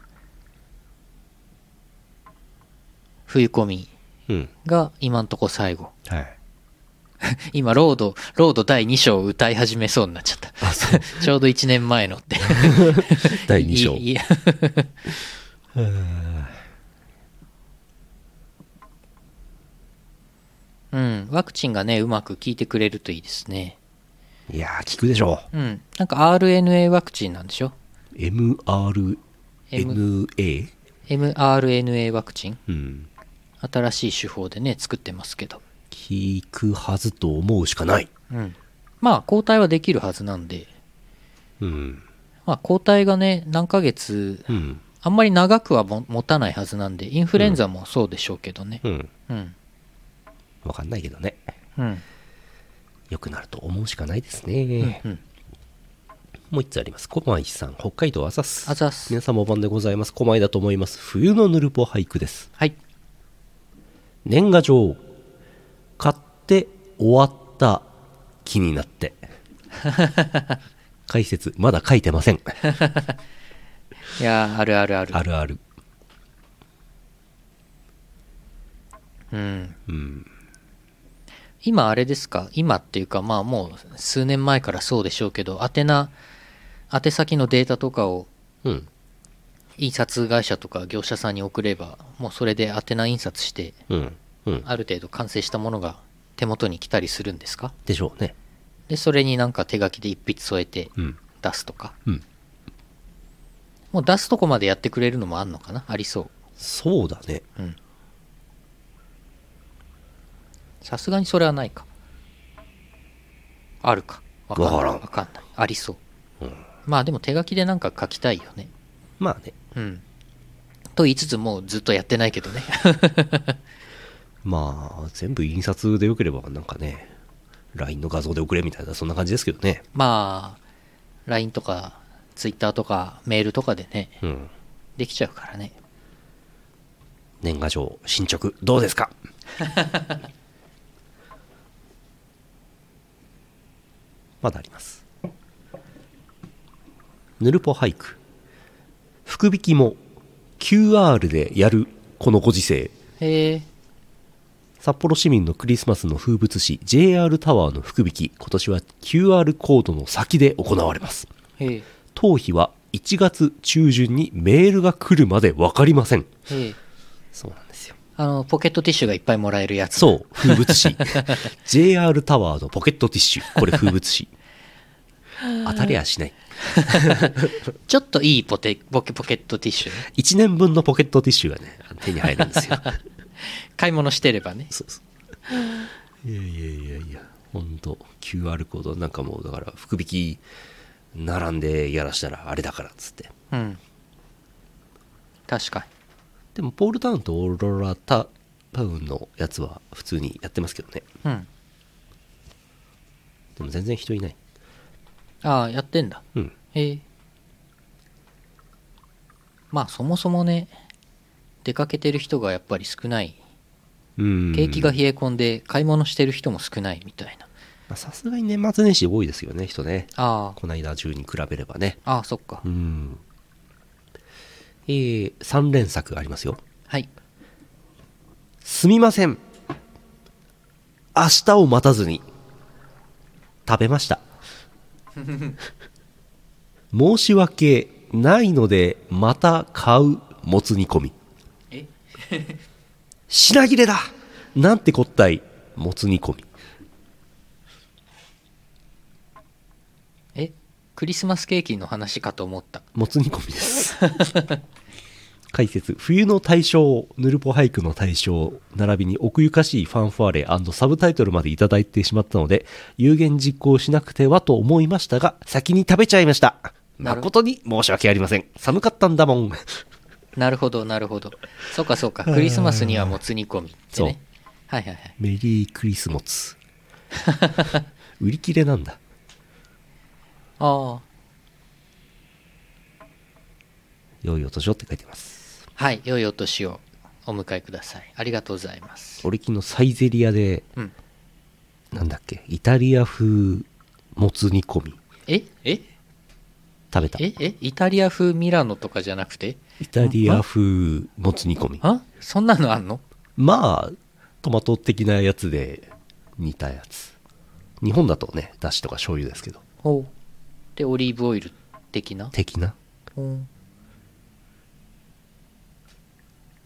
Speaker 1: 冬込み
Speaker 2: うん
Speaker 1: が今んとこ最後
Speaker 2: はい
Speaker 1: 今ロードロード第2章を歌い始めそうになっちゃった ちょうど1年前のって
Speaker 2: 第2章
Speaker 1: い いやうんワクチンがねうまく効いてくれるといいですね
Speaker 2: いやー聞くでしょ
Speaker 1: うんなんか RNA ワクチンなんでしょ
Speaker 2: う MRNA?
Speaker 1: M- mRNA ワクチン
Speaker 2: うん
Speaker 1: 新しい手法でね作ってますけど
Speaker 2: 聞くはずと思うしかない
Speaker 1: うんまあ抗体はできるはずなんで
Speaker 2: うん
Speaker 1: まあ抗体がね何ヶ月
Speaker 2: うん
Speaker 1: あんまり長くはも持たないはずなんでインフルエンザもそうでしょうけどね
Speaker 2: うん
Speaker 1: うん
Speaker 2: わかんないけどね
Speaker 1: うん
Speaker 2: 良くなると思うしかないですね、
Speaker 1: うん
Speaker 2: もう一つあります。小前さん、北海道あざっす。
Speaker 1: あざっす
Speaker 2: 皆様お晩でございます。小前だと思います。冬のぬるぽ俳句です。
Speaker 1: はい
Speaker 2: 年賀状。買って終わった気にな って。解説、まだ書いてません。
Speaker 1: いやーあるあるある
Speaker 2: あるある。
Speaker 1: うん
Speaker 2: うん。
Speaker 1: 今あれですか今っていうかまあもう数年前からそうでしょうけど宛名宛先のデータとかを
Speaker 2: うん。
Speaker 1: 印刷会社とか業者さんに送ればもうそれで宛名印刷して
Speaker 2: うん。うん。
Speaker 1: ある程度完成したものが手元に来たりするんですか
Speaker 2: でしょうね。
Speaker 1: でそれになんか手書きで一筆添えて
Speaker 2: うん。
Speaker 1: 出すとか
Speaker 2: うん。
Speaker 1: もう出すとこまでやってくれるのもあんのかなありそう
Speaker 2: そうだね。
Speaker 1: うんさすがにそれはないかあるかわかんない
Speaker 2: わからん
Speaker 1: わかんないありそう、まあでも手書きでなんか書きたいよね
Speaker 2: まあね。
Speaker 1: うんと言いつつもうずっとやってないけどね
Speaker 2: まあ、全部印刷でよければ、なんかね、LINE の画像で送れみたいな、そんな感じですけどね。
Speaker 1: まあ LINE とか Twitter とかメールとかでね
Speaker 2: うん。
Speaker 1: できちゃうからね
Speaker 2: 年賀状進捗どうです かまだありますぬるぽ俳句福引きも QR でやるこのご時世
Speaker 1: へえ
Speaker 2: 札幌市民のクリスマスの風物詩 JR タワーの福引き今年は QR コードの先で行われます
Speaker 1: へえ
Speaker 2: 当費は1月中旬にメールが来るまで分かりません
Speaker 1: へえ
Speaker 2: そうなんですよ
Speaker 1: あのポケットティッシュがいっぱいもらえるやつ
Speaker 2: そう、風物詩。JR タワーのポケットティッシュ。これ風物 詩。当たりゃしない。
Speaker 1: ちょっといいポテポケポケットティッシュね
Speaker 2: 1年分のポケットティッシュがね、手に入るんですよ。
Speaker 1: 買い物してればね
Speaker 2: そうそう。いやいやいやいや、ほんと、QR コードなんかもう、だから、福引き、並んでやらしたらあれだからっつって。
Speaker 1: うん確か
Speaker 2: でも、ポールタウンとオーロラタタウンのやつは普通にやってますけどね。
Speaker 1: にうん
Speaker 2: でも全然人いない。
Speaker 1: ああやってんだ
Speaker 2: うん。
Speaker 1: へえまあそもそもね出かけてる人がやっぱり少ない
Speaker 2: うん
Speaker 1: 景気が冷え込んで買い物してる人も少ないみたいな
Speaker 2: まあさすがに年末年始多いですよね、人ね。
Speaker 1: あ
Speaker 2: この間中に比べればね。
Speaker 1: あああそっか
Speaker 2: うん。えー、3連作ありますよ。
Speaker 1: はい
Speaker 2: すみません。明日を待たずに。食べました。申し訳ないのでまた買うもつ煮込み
Speaker 1: え
Speaker 2: 品切れだなんてこったいもつ煮込み
Speaker 1: えクリスマスケーキの話かと思った
Speaker 2: もつ煮込みです解説冬の大賞ヌルポ俳句の大賞並びに奥ゆかしいファンファーレサブタイトルまでいただいてしまったので有言実行しなくてはと思いましたが先に食べちゃいました
Speaker 1: なる
Speaker 2: 誠に申し訳ありません寒かったんだもん
Speaker 1: なるほどなるほどそうかそうかクリスマスにはもつ煮込みってねはいはいはい
Speaker 2: メリークリスマス 売り切れなんだ
Speaker 1: あ
Speaker 2: 良いお年をって書いてます
Speaker 1: あはい良いお年をお迎えくださいありがとうございます
Speaker 2: 俺昨日サイゼリアで
Speaker 1: うん
Speaker 2: なんだっけイタリア風もつ煮込み
Speaker 1: ええ
Speaker 2: 食べた
Speaker 1: ええイタリア風ミラノとかじゃなくて
Speaker 2: イタリア風もつ煮込み
Speaker 1: あそんなのあんの
Speaker 2: まあトマト的なやつで煮たやつ日本だとねだしとか醤油ですけど
Speaker 1: ほうでオリーブオイル的な
Speaker 2: 的な
Speaker 1: うん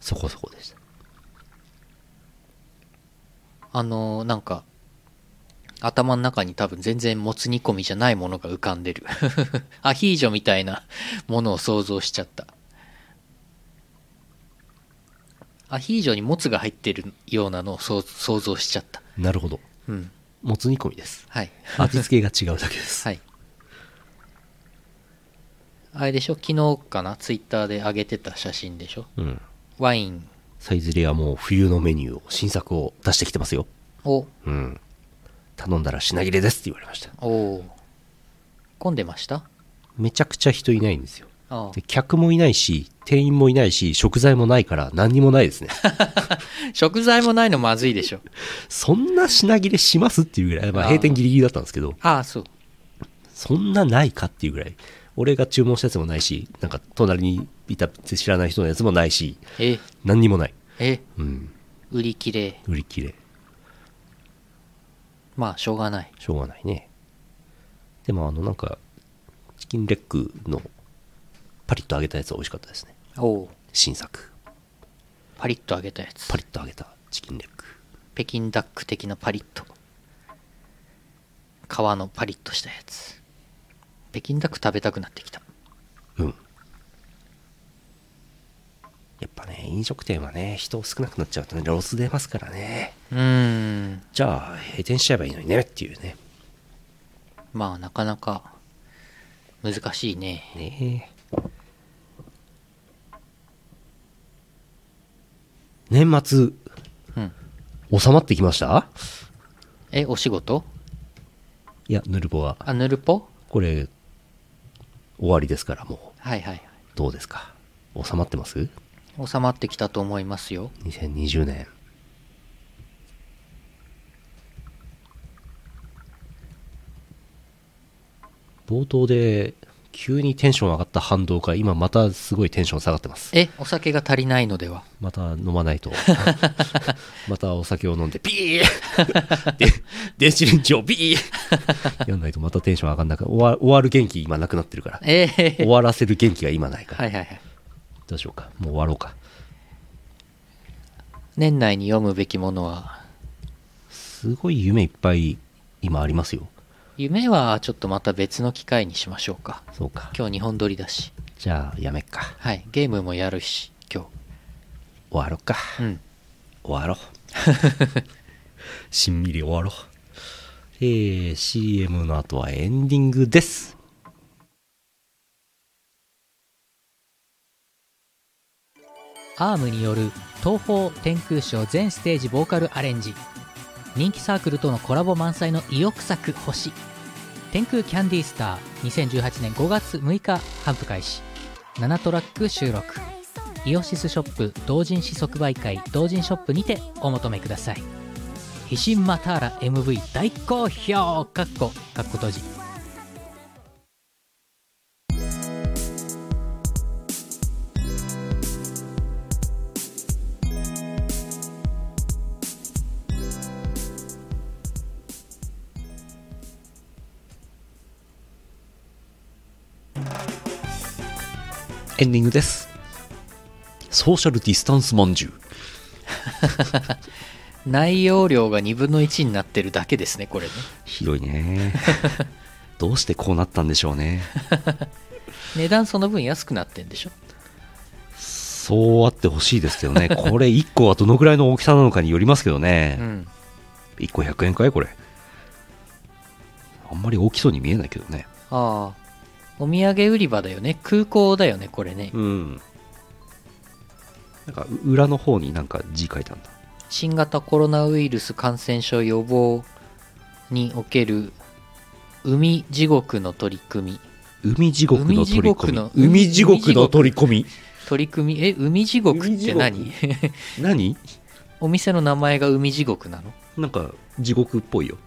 Speaker 2: そこそこでした
Speaker 1: あのーなんか頭の中に多分全然もつ煮込みじゃないものが浮かんでる アヒージョみたいなものを想像しちゃったアヒージョにもつが入ってるようなのをそう想像しちゃった
Speaker 2: なるほど
Speaker 1: うん
Speaker 2: もつ煮込 みです
Speaker 1: はい
Speaker 2: 味付けが違うだけです
Speaker 1: はいあれでしょ昨日かなツイッターで上げてた写真でしょ
Speaker 2: うん
Speaker 1: ワイン
Speaker 2: サイゼリアも冬のメニューを新作を出してきてますよ
Speaker 1: を
Speaker 2: うん頼んだら品切れですって言われました
Speaker 1: おお混んでました
Speaker 2: めちゃくちゃ人いないんですよ
Speaker 1: ああ
Speaker 2: で客もいないし店員もいないし食材もないから何にもな いですね
Speaker 1: 食材もないのまずいでしょ
Speaker 2: そんな品切れしますっていうぐらい、まあ、閉店ギリギリだったんですけど
Speaker 1: ああそう
Speaker 2: そんなないかっていうぐらい俺が注文したやつもないしなんか隣にいた知らない人のやつもないし
Speaker 1: え
Speaker 2: 何にもない
Speaker 1: え
Speaker 2: うん
Speaker 1: 売り切れ
Speaker 2: 売り切れ
Speaker 1: まあしょうがない
Speaker 2: しょうがないねでもあのなんかチキンレッグのパリッと揚げたやつは美味しかったですね
Speaker 1: おお
Speaker 2: 新作
Speaker 1: パリッと揚げたやつ
Speaker 2: パリッと揚げたチキンレッグ
Speaker 1: 北京ダック的なパリッと皮のパリッとしたやつ北京ダック食べたくなってきた
Speaker 2: うんやっぱね飲食店はね人少なくなっちゃうとねロス出ますからね
Speaker 1: うーん
Speaker 2: じゃあ閉店しちゃえばいいのにねっていうね
Speaker 1: まあなかなか難しいね
Speaker 2: ねえ年末、
Speaker 1: うん
Speaker 2: 収まってきました
Speaker 1: えお仕事
Speaker 2: いやヌルボは
Speaker 1: あぬるぽ
Speaker 2: これ終わりですからも
Speaker 1: はいはいう
Speaker 2: どうですか収まってます
Speaker 1: 収まってきたと思いますよ
Speaker 2: ?2020 年冒頭で急にテンション上がった反動から今またすごいテンション下がってます
Speaker 1: えお酒が足りないのでは
Speaker 2: また飲まないと またお酒を飲んでピー で電子レンジをピー やんないとまたテンション上がんなく終わ終わる元気今なくなってるから
Speaker 1: ええ
Speaker 2: 終わらせる元気が今ないから、
Speaker 1: はいはいはい
Speaker 2: どうしようかもう終わろうか
Speaker 1: 年内に読むべきものは
Speaker 2: すごい夢いっぱい今ありますよ
Speaker 1: 夢はちょっとまた別の機会にしましょうか
Speaker 2: そうか
Speaker 1: 今日日本撮りだし
Speaker 2: じゃあやめっか
Speaker 1: はいゲームもやるし今
Speaker 2: 終わろうか
Speaker 1: 日うん
Speaker 2: 終わ ろうしんみり終わろうえー、CM の後はエンディングです
Speaker 5: アームによる東方天空賞全ステージボーカルアレンジ人気サークルとのコラボ満載の意欲作「星」天空キャンディースター2018年5月6日頒布開始7トラック収録イオシスショップ同人誌即売会同人ショップにてお求めください「ヒシンマターラ MV 大好評」かっこかっこ閉じ
Speaker 2: エンディングですソーシャルディスタンスまんじゅう
Speaker 1: 内容量が2分の1になってるだけですねこれね
Speaker 2: ひどいね どうしてこうなったんでしょうね
Speaker 1: 値段その分安くなってんでしょ
Speaker 2: そうあってほしいですけどねこれ1個はどのぐらいの大きさなのかによりますけどね、
Speaker 1: うん
Speaker 2: 1個100円かいこれあんまり大きそうに見えないけどね
Speaker 1: ああお土産売り場だよね空港だよねこれね
Speaker 2: うんなんかう裏の方になんか字書いてあるんだ
Speaker 1: 新型コロナウイルス感染症予防における海地獄の取り組み
Speaker 2: 海地獄の取り込み
Speaker 1: 海地獄の
Speaker 2: 取り込み
Speaker 1: 取り組みえ海地獄って何
Speaker 2: 何
Speaker 1: お店の名前が海地獄なの
Speaker 2: なんか地獄っぽ いよ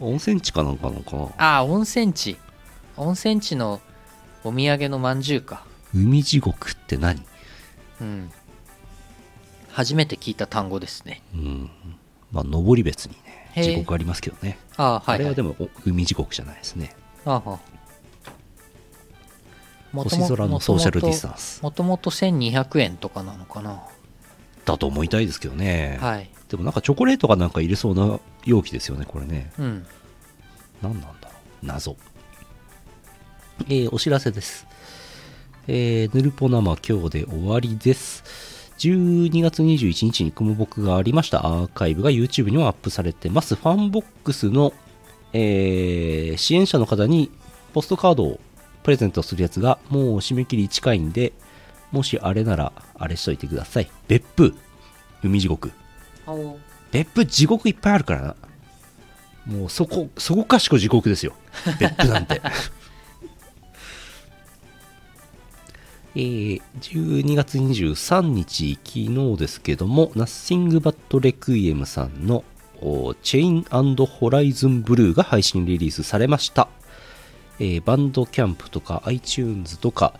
Speaker 2: 温泉地かなんかなのかな
Speaker 1: ああ温泉地温泉地のお土産のまんじゅうか
Speaker 2: 海地獄って何
Speaker 1: うん初めて聞いた単語ですね
Speaker 2: うんまあ上り別に
Speaker 1: へ
Speaker 2: ね
Speaker 1: え
Speaker 2: 地獄ありますけどね
Speaker 1: ああはい、はい、
Speaker 2: あれはでもお海地獄じゃないですね
Speaker 1: ああも
Speaker 2: 星空のソーシャルディスタンス
Speaker 1: もともと1200円とかなのかな、
Speaker 2: だと思いたいですけどね、
Speaker 1: はい
Speaker 2: でもなんかチョコレートがなんか入れそうな容器ですよねこれね
Speaker 1: うん
Speaker 2: 何なんだろう謎えーお知らせですえー、ヌルポ生今日で終わりです12月21日に雲僕がありましたアーカイブが YouTube にもアップされてますファンボックスの、えー支援者の方にポストカードをプレゼントするやつがもう締め切り近いんでもしあれならあれしといてください別府海地獄別府地獄いっぱいあるからなもうそこそこかしこ地獄ですよ別府なんて えー、12月23日昨日ですけども Nothing But Requiem さんのおチェインホライズンブルーが配信リリースされました、えーバンドキャンプとか iTunes とか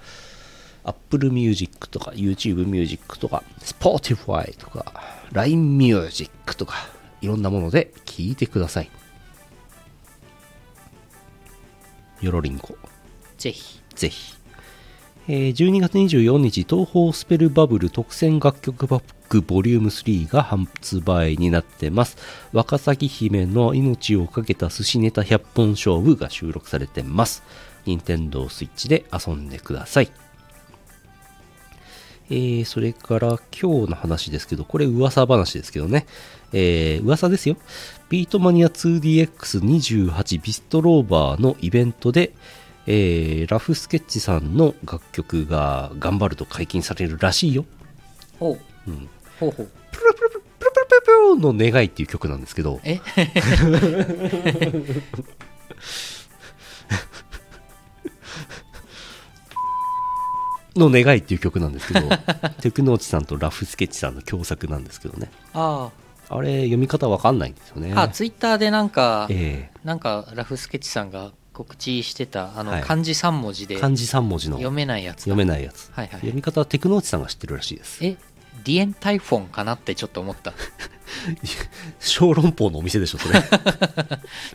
Speaker 2: Apple Music とか YouTube Music とか Spotify とか LINE Music とかいろんなもので聞いてくださいよろりんこ
Speaker 1: ぜひ
Speaker 2: ぜひ、えー12月24日東宝スペルバブル特選楽曲バックボリューム3が発売になってます若崎姫の命をかけた寿司ネタ100本勝負が収録されてます任天堂スイッチで遊んでくださいえーそれから今日の話ですけど、これ噂話ですけどね。えー噂ですよ。ビートマニア 2DX28 ビストローバーのイベントで、えーラフスケッチさんの楽曲が頑張ると解禁されるらしいよ。
Speaker 1: おう、
Speaker 2: うん
Speaker 1: ほうほう
Speaker 2: プルプルプルプルプルプルの願いっていう曲なんですけど、
Speaker 1: え
Speaker 2: の願いっていう曲なんです けど、テクノーチさんとラフスケッチさんの共作なんですけどね。
Speaker 1: あ
Speaker 2: あれ、読み方わかんないんですよね。
Speaker 1: ああツイッターでなんか、
Speaker 2: え
Speaker 1: なんかラフスケッチさんが告知してたあの
Speaker 2: はい
Speaker 1: 漢字3文字
Speaker 2: ー
Speaker 1: で
Speaker 2: 漢字3文字の
Speaker 1: 読めないやつ
Speaker 2: 読めないやつ。
Speaker 1: はいはい
Speaker 2: 読み方はテクノーチさんが知ってるらしいです。
Speaker 1: えディエンタイフォンかなってちょっと思った
Speaker 2: 小籠包のお店でしょ、それ。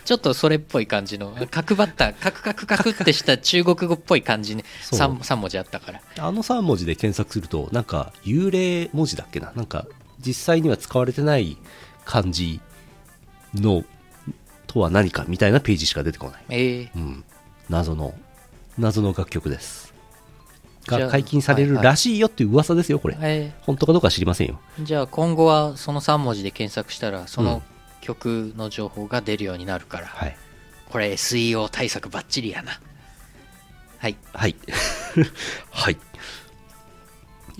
Speaker 1: ちょっとそれっぽい感じの角バッターカクカクカクってした中国語っぽい感じね
Speaker 2: そう
Speaker 1: 3, 3文字あったから
Speaker 2: あの3文字で検索すると、なんか幽霊文字だっけな、なんか実際には使われてない漢字のとは何かみたいなページしか出てこない。
Speaker 1: ええ
Speaker 2: うん。謎の、謎の楽曲です。
Speaker 1: じ
Speaker 2: が
Speaker 1: ゃあ
Speaker 2: 解禁されるらしいよっていう噂ですよ、これ。
Speaker 1: え
Speaker 2: 本当かどうかは知りませんよ。
Speaker 1: ーじゃあ今後はその3文字で検索したらそうの
Speaker 2: ん
Speaker 1: 曲の情報が出るようになるから、
Speaker 2: はい。
Speaker 1: これ SEO 対策バッチリやなはい
Speaker 2: はい。 はい。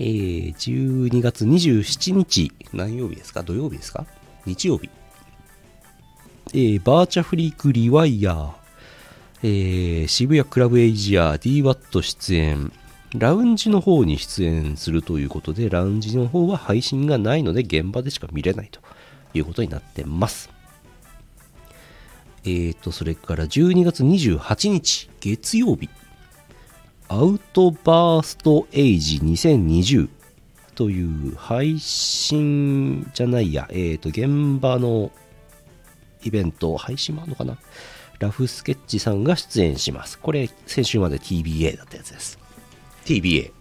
Speaker 2: えー、12月27日、何曜日ですか土曜日ですか日曜日。えー、バーチャフリークリワイヤー、えー、渋谷クラブエイジア DWAT 出演、ラウンジの方に出演するということで、ラウンジの方は配信がないので、現場でしか見れないということになってます。えーと、それから12月28日、月曜日、アウトバーストエイジ2020という配信じゃないや、えっ、と、現場のイベント、配信もあるのかなラフスケッチさんが出演します。これ、先週まで TBA だったやつです。 TBA。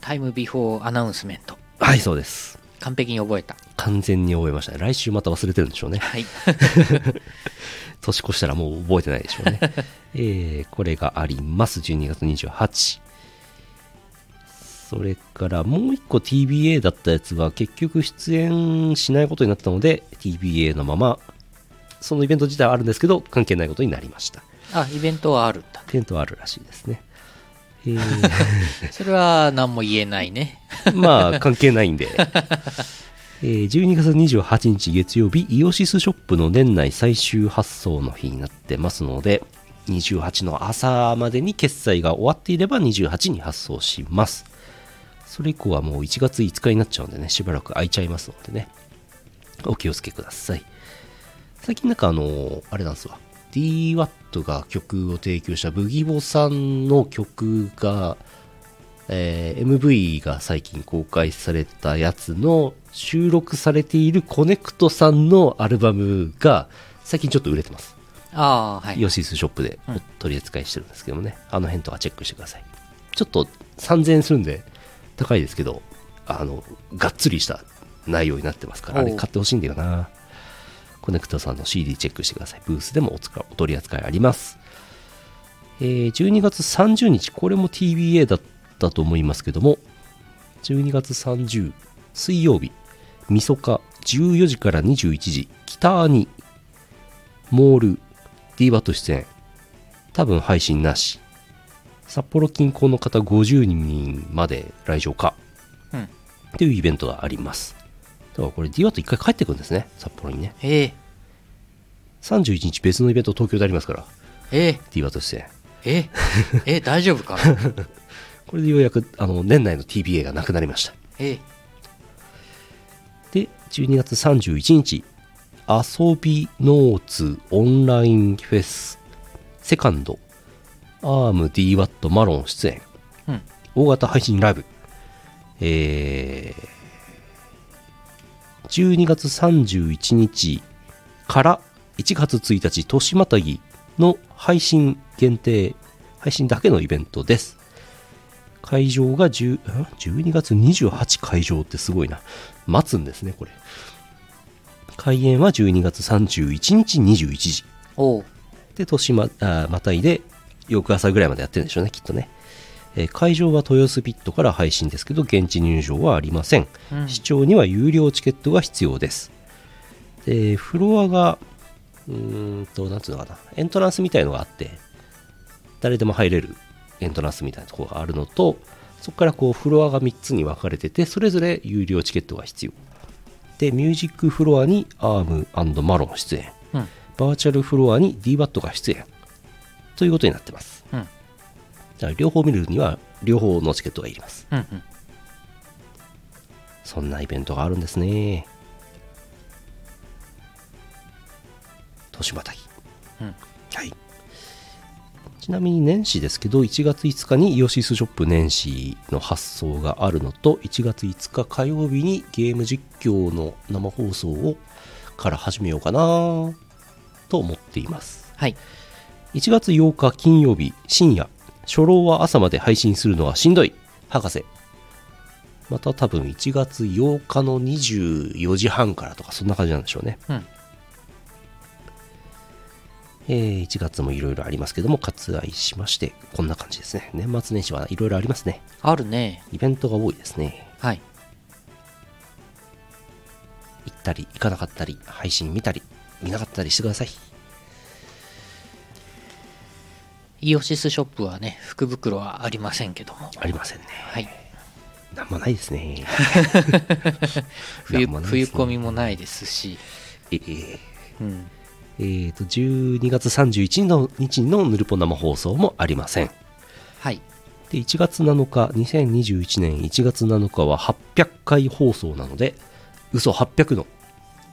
Speaker 1: タイムビフォーアナウンスメント。
Speaker 2: はい、そうです。
Speaker 1: 完璧に覚えた。
Speaker 2: 完全に覚えましたね。来週また忘れてるんでしょうね。
Speaker 1: はい。
Speaker 2: 年越したらもう覚えてないでしょうね。えー、これがあります。12月28。それからもう一個 TBA だったやつが結局出演しないことになったので TBA のままそのイベント自体はあるんですけど関係ないことになりました。
Speaker 1: あ、イベントはあるん だ。
Speaker 2: テントはあるらしいですね。えー
Speaker 1: それは何も言えないね。
Speaker 2: まあ関係ないんで。えー12月28日月曜日、イオシスショップの年内最終発送の日になってますので、28の朝までに決済が終わっていれば28に発送します。それ以降はもう1月5日になっちゃうんでね、しばらく空いちゃいますのでね、お気をつけください。最近なんかあのーあれなんですわ。DWAT が曲を提供したブギボさんの曲が、えー MV が最近公開されたやつの収録されているコネクトさんのアルバムが最近ちょっと売れてます。
Speaker 1: ああ、は
Speaker 2: イ
Speaker 1: い。
Speaker 2: オシスショップで
Speaker 1: うん
Speaker 2: 取り扱いしてるんですけどもね、あの辺とかチェックしてください。ちょっと3000円するんで高いですけど、あの、がっつりした内容になってますから、あれ
Speaker 1: おう
Speaker 2: 買ってほしいんだよな。コネクトさんの CD チェックしてください。ブースでもおつかお取り扱いあります。えー12月30日、これも TBA だったと思いますけども、12月30水曜日、みそか14時から21時、北にモール、d バット出演、多分配信なし、札幌近郊の方50人まで来場か、
Speaker 1: うん
Speaker 2: っていうイベントがあります。だからこれ d バット一回帰ってくるんですね、札幌にね。
Speaker 1: ええ
Speaker 2: 31日別のイベント東京でありますから、
Speaker 1: ええ
Speaker 2: d バット出演。
Speaker 1: ええええ大丈夫か
Speaker 2: これでようやくあの年内の TBA がなくなりました。
Speaker 1: ええ
Speaker 2: で、12月31日、遊びノーツオンラインフェス、セカンド、アーム DWAT マロン出演、
Speaker 1: うん
Speaker 2: 大型配信ライブ、えー、12月31日から1月1日、年またぎの配信限定、配信だけのイベントです。会場が10ん12月28会場ってすごいな。待つんですね、これ。開演は12月31日21時。
Speaker 1: おう。
Speaker 2: で、年まあまたいで、翌朝ぐらいまでやってるんでしょうね、きっとね。えー会場は豊洲ピットから配信ですけど、現地入場はありません。
Speaker 1: うん
Speaker 2: 視聴には有料チケットが必要です。で、フロアが、うーんと、なんつうのかな、エントランスみたいのがあって、誰でも入れるエントランスみたいなところがあるのと、そこからこうフロアが3つに分かれてて、それぞれ有料チケットが必要。で、ミュージックフロアにアームマロン出演。
Speaker 1: うん。
Speaker 2: バーチャルフロアに DWAT が出演ということになってます。
Speaker 1: うん
Speaker 2: だから両方見るには両方のチケットがいります。
Speaker 1: うん。うん。
Speaker 2: そんなイベントがあるんですね。年またぎ。
Speaker 1: うん
Speaker 2: はい。ちなみに年始ですけど、1月5日にイオシスショップ年始の発送があるのと、1月5日火曜日にゲーム実況の生放送をから始めようかなと思っています。
Speaker 1: はい。
Speaker 2: 1月8日金曜日深夜初老は朝まで配信するのはしんどい博士また多分1月8日の24時半からとかそんな感じなんでしょうね、
Speaker 1: うん
Speaker 2: えー1月もいろいろありますけども割愛しましてこんな感じですね年末年始はいろいろありますね
Speaker 1: あるね。
Speaker 2: イベントが多いですね
Speaker 1: はい。
Speaker 2: 行ったり行かなかったり配信見たり見なかったりしてください
Speaker 1: イオシスショップはね、福袋はありませんけども。
Speaker 2: ありませんね
Speaker 1: はい。
Speaker 2: なんもないですね
Speaker 1: 冬
Speaker 2: なんもな い
Speaker 1: 冬
Speaker 2: ですね
Speaker 1: 込みもないですし。
Speaker 2: えー
Speaker 1: うん。
Speaker 2: えー、と12月31の日のヌルポ生放送もありません
Speaker 1: はい。
Speaker 2: で1月7日2021年1月7日は800回放送なので嘘800の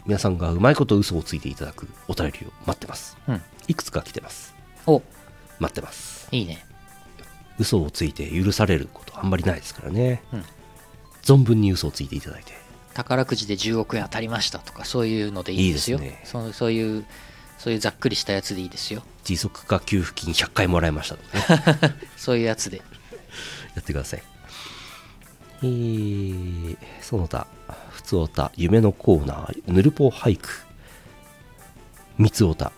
Speaker 2: 皆さんがうまいこと嘘をついていただくお便りを待ってます
Speaker 1: うん。
Speaker 2: いくつか来てます
Speaker 1: お、
Speaker 2: 待ってます
Speaker 1: いいね。
Speaker 2: 嘘をついて許されることあんまりないですからね、
Speaker 1: うん
Speaker 2: 存分に嘘をついていただいて
Speaker 1: 宝くじで10億円当たりましたとか、そういうのでいいですよ。
Speaker 2: いいですね
Speaker 1: そうそういう、そういうざっくりしたやつでいいですよ。
Speaker 2: 持続化給付金100回もらいましたとかね
Speaker 1: そういうやつで。
Speaker 2: やってください。えー、その他、ふつおた、夢のコーナー、ぬるぽ俳句、みつおた、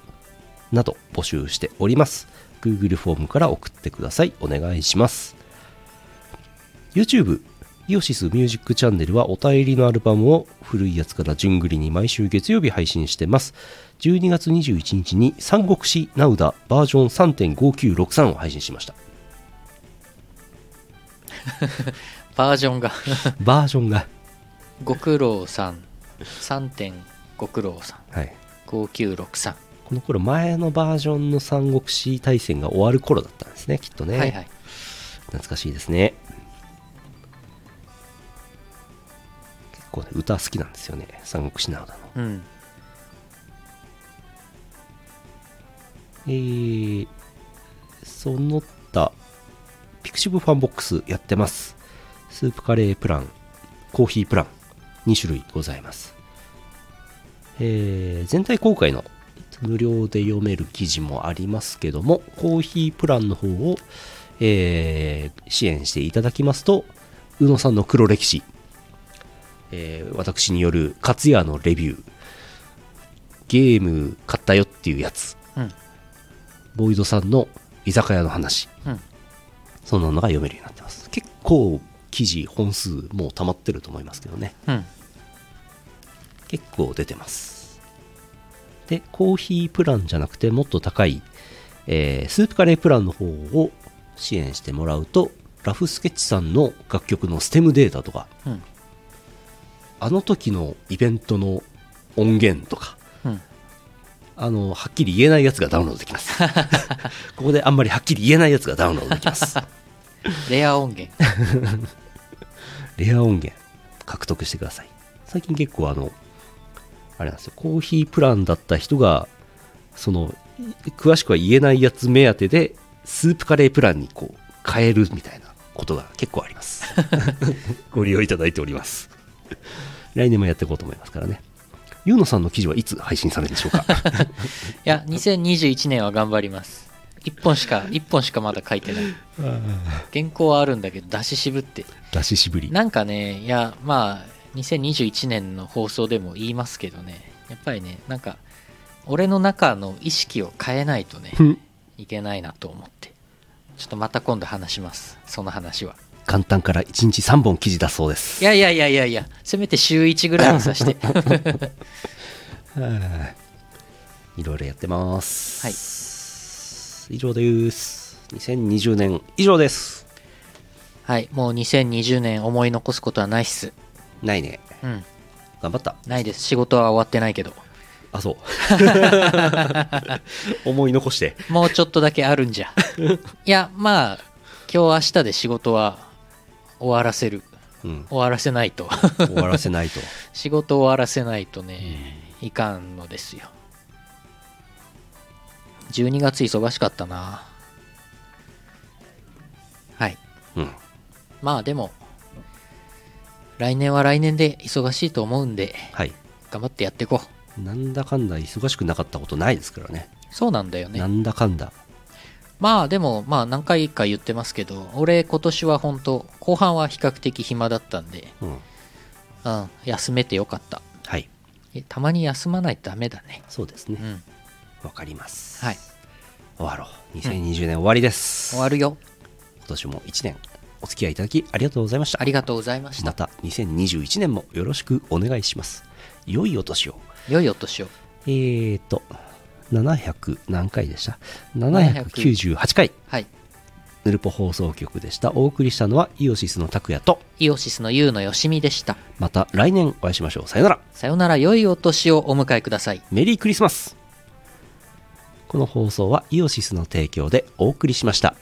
Speaker 2: など募集しております。Google フォームから送ってください。お願いします。YouTube、イオシスミュージックチャンネルはお便りのアルバムを古いやつから順繰りに毎週月曜日配信してます。12月21日に三国志ナウダバージョン3.5963を配信しました。
Speaker 1: バージョンが
Speaker 2: バージョンが、
Speaker 1: ご苦労さん3点ご苦労さん
Speaker 2: はい、
Speaker 1: 5963、
Speaker 2: この頃前のバージョンの三国志大戦が終わる頃だったんですね、きっとね。
Speaker 1: はいはい
Speaker 2: 懐かしいですね結構ね歌好きなんですよね三国志などの
Speaker 1: うん
Speaker 2: えー、その他ピクシブファンボックスやってますスープカレープランコーヒープラン2種類ございますえー全体公開の無料で読める記事もありますけどもコーヒープランの方を、えー支援していただきますと宇野さんの黒歴史、えー私による勝也のレビューゲーム買ったよっていうやつ、
Speaker 1: うん
Speaker 2: ボイドさんの居酒屋の話、
Speaker 1: うん
Speaker 2: そんなのが読めるようになってます結構記事本数もう溜まってると思いますけどね
Speaker 1: うん
Speaker 2: 結構出てますでコーヒープランじゃなくてもっと高い、えースープカレープランの方を支援してもらうとラフスケッチさんの楽曲のステムデータとか
Speaker 1: うん
Speaker 2: あの時のイベントの音源とか
Speaker 1: うん
Speaker 2: あのはっきり言えないやつがダウンロードできます ここであんまりはっきり言えないやつがダウンロードできます
Speaker 1: レア音源
Speaker 2: レア音源獲得してください。最近結構あの、あれなんですよ、コーヒープランだった人が、その、い詳しくは言えないやつ目当てで、スープカレープランにこう、変えるみたいなことが結構あります。 ご利用いただいております。 来年もやっていこうと思いますからね。ゆうのさんの記事はいつ配信されるんでしょうか
Speaker 1: いや2021年は頑張ります1本しか一本しかまだ書いてない 原稿はあるんだけど出し渋って
Speaker 2: 出ししぶり。
Speaker 1: なんかねいやまあ2021年の放送でも言いますけどねやっぱりねなんか俺の中の意識を変えないとね
Speaker 2: うん
Speaker 1: いけないなと思ってちょっとまた今度話しますその話は
Speaker 2: 簡単から1日3本記事出そうです。
Speaker 1: いやいやいやいやいやせめて週1ぐらいにさして
Speaker 2: いろいろやってます。以上です。2020年以上です。
Speaker 1: はいもう2020年思い残すことはないっす
Speaker 2: ないね。
Speaker 1: うん
Speaker 2: 頑張った。
Speaker 1: ないです仕事は終わってないけど
Speaker 2: あ、そう。思い残して。
Speaker 1: もうちょっとだけあるんじゃいやまあ今日明日で仕事は終わらせる
Speaker 2: うん。
Speaker 1: 終わらせないと
Speaker 2: 終わらせな いと。
Speaker 1: 仕事を終わらせないとね、いかんのですよ12月忙しかったなはい
Speaker 2: うん。
Speaker 1: まあでも来年は来年で忙しいと思うんで
Speaker 2: はい。
Speaker 1: 頑張ってやっていこう
Speaker 2: なんだかんだ忙しくなかったことないですからね。
Speaker 1: そうなんだよね
Speaker 2: なんだかんだ。
Speaker 1: まあでもまあ何回か言ってますけど俺今年は本当後半は比較的暇だったんで、
Speaker 2: うん。
Speaker 1: うん、休めてよかった
Speaker 2: はい。
Speaker 1: えたまに休まないとダメだね
Speaker 2: そうです
Speaker 1: う
Speaker 2: ね。
Speaker 1: ん
Speaker 2: わかります。
Speaker 1: はい。
Speaker 2: 終わろう。2020年終わりです。
Speaker 1: 終わるよ
Speaker 2: 今年も1年お付き合いいただきありがとうございました。
Speaker 1: ありがとうございました
Speaker 2: また2021年もよろしくお願いします。良いお年を。
Speaker 1: 良いお年を
Speaker 2: えーと、700何回でした798回
Speaker 1: はい
Speaker 2: ヌルポ放送局でしたお送りしたのはイオシスの拓也と
Speaker 1: イオシスのユウのよしみでした
Speaker 2: また来年お会いしましょうさよなら
Speaker 1: さよなら良いお年をお迎えください
Speaker 2: メリークリスマスこの放送はイオシスの提供でお送りしました